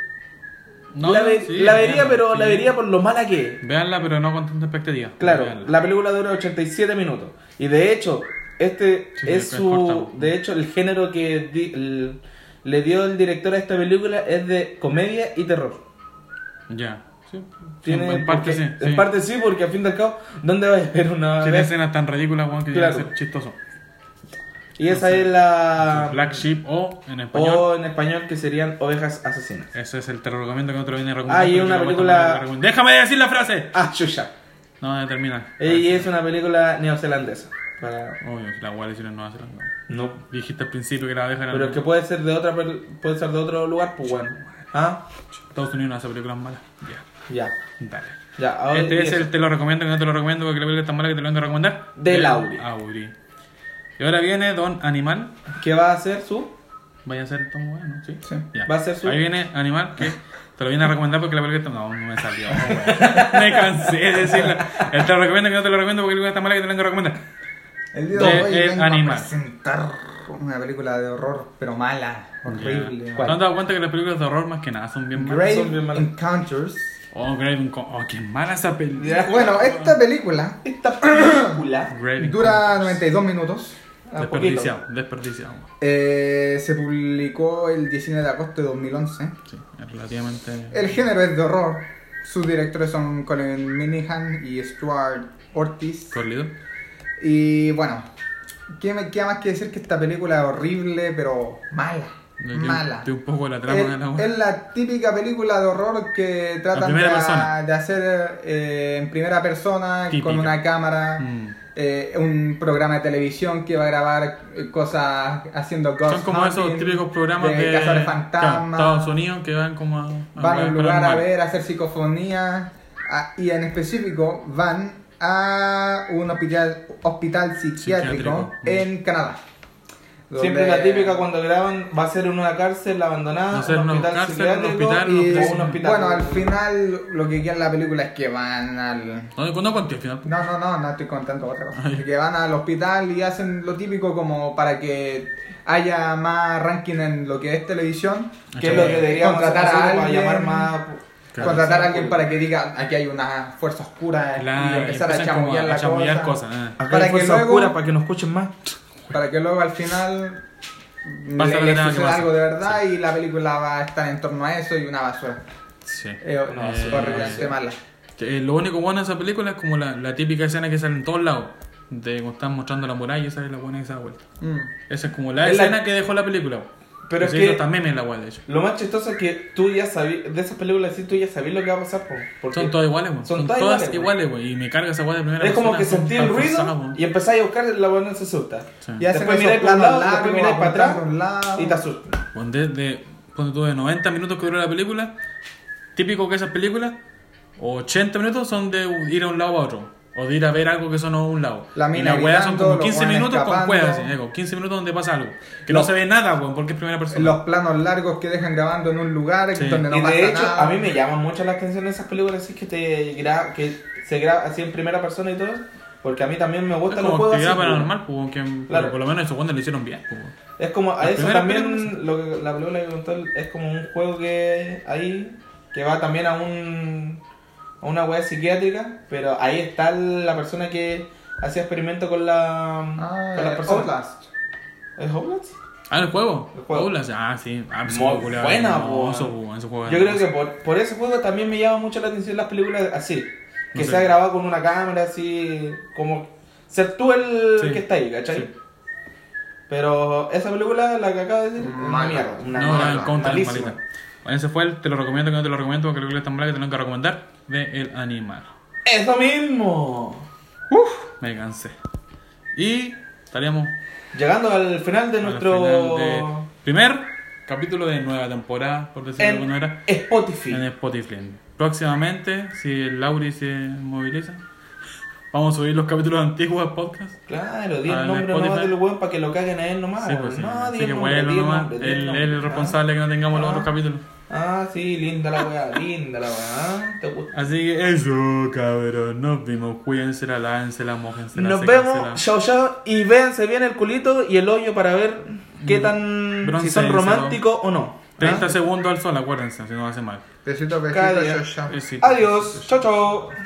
S1: No,
S3: la, ve-
S1: sí,
S3: la
S1: vean,
S3: vería, pero
S1: sí.
S3: la vería por lo mala que es.
S1: Veanla, pero no con tanta expectativa.
S3: Claro,
S1: Veanla.
S3: la película dura 87 minutos. Y de hecho, este
S1: Sí,
S3: es
S1: es
S3: su.
S1: corta.
S3: De hecho, el género que di- el- le dio el director a esta película es de comedia y terror.
S1: Ya. Sí.
S3: Tiene-
S1: en parte
S3: porque-
S1: sí.
S3: En
S1: sí.
S3: parte sí, porque a fin de al cabo, ¿dónde vas a ver una.?
S1: Tiene
S3: vez?
S1: escenas tan ridículas, weón, que
S3: Claro.
S1: debe ser chistoso.
S3: Y esa es la.
S1: Black Sheep o en español.
S3: o en español que serían Ovejas Asesinas.
S1: Ese es el te lo recomiendo que no te lo viene a recomendar.
S3: Ah, y
S1: porque
S3: una
S1: la voy a
S3: película-
S1: tomar, la recomiendo. ¡Déjame decir la frase!
S3: Ah, chucha.
S1: No, de terminar.
S3: Y es una película neozelandesa. Para-
S1: Obvio, si la voy a decir en Nueva Zelanda.
S3: No.
S1: Dijiste al principio que la dejan
S3: Pero es que puede ser de otra pel- puede ser de otro lugar, pues bueno. Ah,
S1: Estados Unidos no hace películas malas. Ya,
S3: ya.
S1: dale.
S3: Ya, ahora
S1: este es
S3: eso.
S1: el te lo recomiendo que no te lo recomiendo porque la película es tan mala que te lo vengo a recomendar.
S3: Del Auri.
S1: Auri. Y ahora viene Don Animal.
S3: ¿Qué va a hacer su?
S1: Vaya a ser tan bueno, ¿sí?
S2: Sí.
S1: Ya.
S3: Va a ser su-
S1: Ahí viene Animal que te lo viene a recomendar porque la película está... No, no me salió. weón. me cansé de decirlo. El te lo recomiendo que no te lo recomiendo porque la película está mala que te lo vengo a recomendar.
S2: El día de,
S1: De
S2: hoy
S1: el
S2: vengo
S1: animal.
S2: a presentar una película de horror, pero mala, horrible.
S1: ¿No han dado cuenta que las películas de horror más que nada son bien malas?
S2: Grave
S3: Son bien malas.
S2: Encounters.
S1: Oh, Grave Encou- Oh, qué mala esa película.
S2: Bueno, esta película
S3: Esta película.
S1: Grave
S2: dura
S1: Encounters.
S2: 92 minutos.
S1: Desperdiciado, desperdiciado.
S2: Eh, se publicó el 19 de agosto de 2011.
S1: Sí, es relativamente.
S2: El género es de horror. Sus directores son Colin Minihan y Stuart Ortiz.
S1: Corrido.
S2: Y bueno, ¿qué me queda más que decir que esta película es horrible, pero mala?
S1: Yo que-
S2: Mala.
S1: que un poco la trama de la
S2: Es,
S1: wea.
S2: es la típica película de horror que tratan de,
S1: primera persona.
S2: de hacer eh, en primera persona
S1: Típica.
S2: con una cámara,
S1: Mm.
S2: eh, un programa de televisión que va a grabar eh, cosas haciendo cosas.
S1: Son como esos típicos programas de, claro,
S2: cazadores fantasmas.
S1: Estados Unidos que van como a, a
S2: van a
S1: weas
S2: un lugar a
S1: paranormales.
S2: ver, a hacer psicofonía a- y en específico van a un hospital, hospital psiquiátrico,
S1: Psiquiátrico.
S2: en Canadá.
S3: Siempre
S2: Donde-
S3: la típica cuando graban va a ser en una cárcel abandonada,
S1: Va a ser
S3: un
S1: una
S3: hospital
S1: cárcel,
S3: psiquiátrico
S1: un hospital,
S3: y-
S2: Y,
S1: un
S3: o un hospital.
S2: Bueno, al final lo que queda en la película es que van al...
S1: No, no conté al final.
S2: No, no, no, no estoy contando otra cosa. Que van al hospital y hacen lo típico como para que haya más ranking en lo que es televisión.
S1: Ah,
S3: que es lo que deberíamos
S2: Contratar a
S3: hacer para
S2: alguien.
S3: llamar más
S1: Claro.
S2: contratar a alguien para que diga aquí hay una fuerza oscura y
S1: Claro,
S2: empezar a
S1: empiezan como
S2: chamullar
S1: a
S2: la
S1: chamullar
S2: cosa.
S1: cosas. ah.
S3: Acá
S2: Para
S3: hay
S2: que
S3: fuerza
S2: luego-
S3: oscura, para que nos escuchen más.
S2: Para que luego al final
S1: Pasa lo
S2: le,
S1: que
S2: le
S1: tenga que
S2: suceda
S1: pasar.
S2: algo de verdad y la película va a estar en torno a eso y una basura.
S1: ah, Sí.
S2: Eh,
S3: Una
S2: eh,
S3: basura.
S2: horriblemente mala.
S1: Eh, lo único bueno de esa película es como la, la típica escena que sale en todos lados. De cuando están mostrando la muralla, esa es la buena de esa vuelta.
S2: Mm.
S1: Esa es como la
S3: Es la-
S1: escena que dejó la película.
S3: Pero es
S1: Así
S3: que-
S1: También es la wea, de hecho.
S3: Lo más chistoso es que tú ya sabías, de esas películas así, tú ya sabías lo que va a pasar. po, porque
S1: Son todas iguales, weón.
S3: Son
S1: Son,
S3: todas
S1: todas
S3: iguales,
S1: iguales, güey. Y me carga esa wea de primera
S3: Es como que
S1: persona,
S3: sentí
S1: son
S3: el
S1: tan forzadas,
S3: ruido
S1: weón.
S3: y empezáis a buscar la buena se asusta.
S1: Sí.
S2: Y hacen esos
S3: Después miráis para un lado,
S2: planos
S3: después
S2: largos,
S3: miráis para atrás
S2: apuntando a un lado.
S3: y te asusta.
S1: Bueno, desde cuando tuve 90 minutos que duró la película, típico que esas películas, 80 minutos son de ir a un lado a otro, o de ir a ver algo que son a un lado.
S2: La
S1: y
S2: mina
S1: las weas son
S2: gritando,
S1: como
S2: los
S1: 15
S2: weones
S1: minutos con
S2: escapando.
S1: weas, así, digo, 15 minutos donde pasa algo. Que no,
S2: Los-
S1: se ve nada, weón, porque es primera persona.
S2: Los planos largos que dejan grabando en un lugar
S1: Sí.
S2: donde no
S3: y
S2: pasa
S3: de hecho,
S2: nada.
S3: a mí me llaman mucho la atención esas películas así que, te gra- que se graba así en primera persona y todo. Porque a mí también me
S1: es
S3: gustan los
S1: como
S3: juegos así.
S1: actividad
S3: po.
S1: paranormal, pues, que pero
S3: Claro.
S1: por lo menos eso cuando lo hicieron bien. pues, weón.
S3: Es como, a
S1: Las
S3: eso
S1: primeras
S3: también,
S1: películas.
S3: lo que, la película que contó él, es como un juego que ahí, que va también a un, a una wea psiquiátrica, pero ahí está la persona que hacía experimento con la,
S2: Ah,
S3: con las
S2: eh,
S3: personas.
S2: Outlast.
S3: ¿Es Outlast?
S1: Ah, el juego.
S3: El juego.
S1: Outlast, Ah, sí. Ah, ese
S3: Muy
S1: juego, culiao,
S3: pues, buena,
S1: hermoso,
S3: po.
S1: po, ese juego
S3: Yo creo
S1: hermoso.
S3: que por, por ese juego también me llama mucho la atención las películas así, que
S1: No sé.
S3: se ha grabado con una cámara así, como ser tú el
S1: Sí.
S3: que está ahí, ¿cachai?
S1: Sí.
S3: Pero esa película, la que acaba de decir, una
S2: Mala.
S3: mierda, una
S1: No,
S3: mierda,
S1: no, en contra,
S3: malísima.
S1: malita. Bueno, ese fue el te lo recomiendo que no te lo recomiendo porque la película es tan mala que tengo que recomendar de El Animal.
S3: ¡Eso mismo!
S1: Me cansé. Y estaríamos
S3: Llegando al final de
S1: al
S3: nuestro
S1: final de primer capítulo de nueva temporada, por decirlo de
S3: en
S1: alguna manera,
S3: Spotify.
S1: en Spotify. Próximamente, si el Lauri se moviliza, vamos a subir los capítulos antiguos del podcast.
S3: Claro, di
S1: Ah,
S3: el
S1: en
S3: nombre nomás
S1: Spotify.
S3: del weón para que lo caguen a él nomás.
S1: Sí, pues sí.
S3: Ah, no, di
S1: Así
S3: el
S1: que
S3: nombre,
S1: bueno,
S3: di el
S1: nomás,
S3: nombre, di el
S1: él
S3: nombre.
S1: él es responsable que no tengamos los otros capítulos.
S3: Ah, ah, sí, linda la weá, linda la weá. Te gusta.
S1: Así que eso, cabrón. Nos vimos. Cuídense, la lávense, la mojense.
S3: Nos vemos, chao chao, y véanse bien el culito y el hoyo para ver qué tan. si son
S1: broncéenselo.
S3: románticos o no. ¿Ah?
S1: 30 segundos al sol, acuérdense, si no hace mal. Eh,
S2: Besito, besito,
S3: Cada día.
S2: chao, chao.
S1: Besito.
S3: Adiós, chao chao.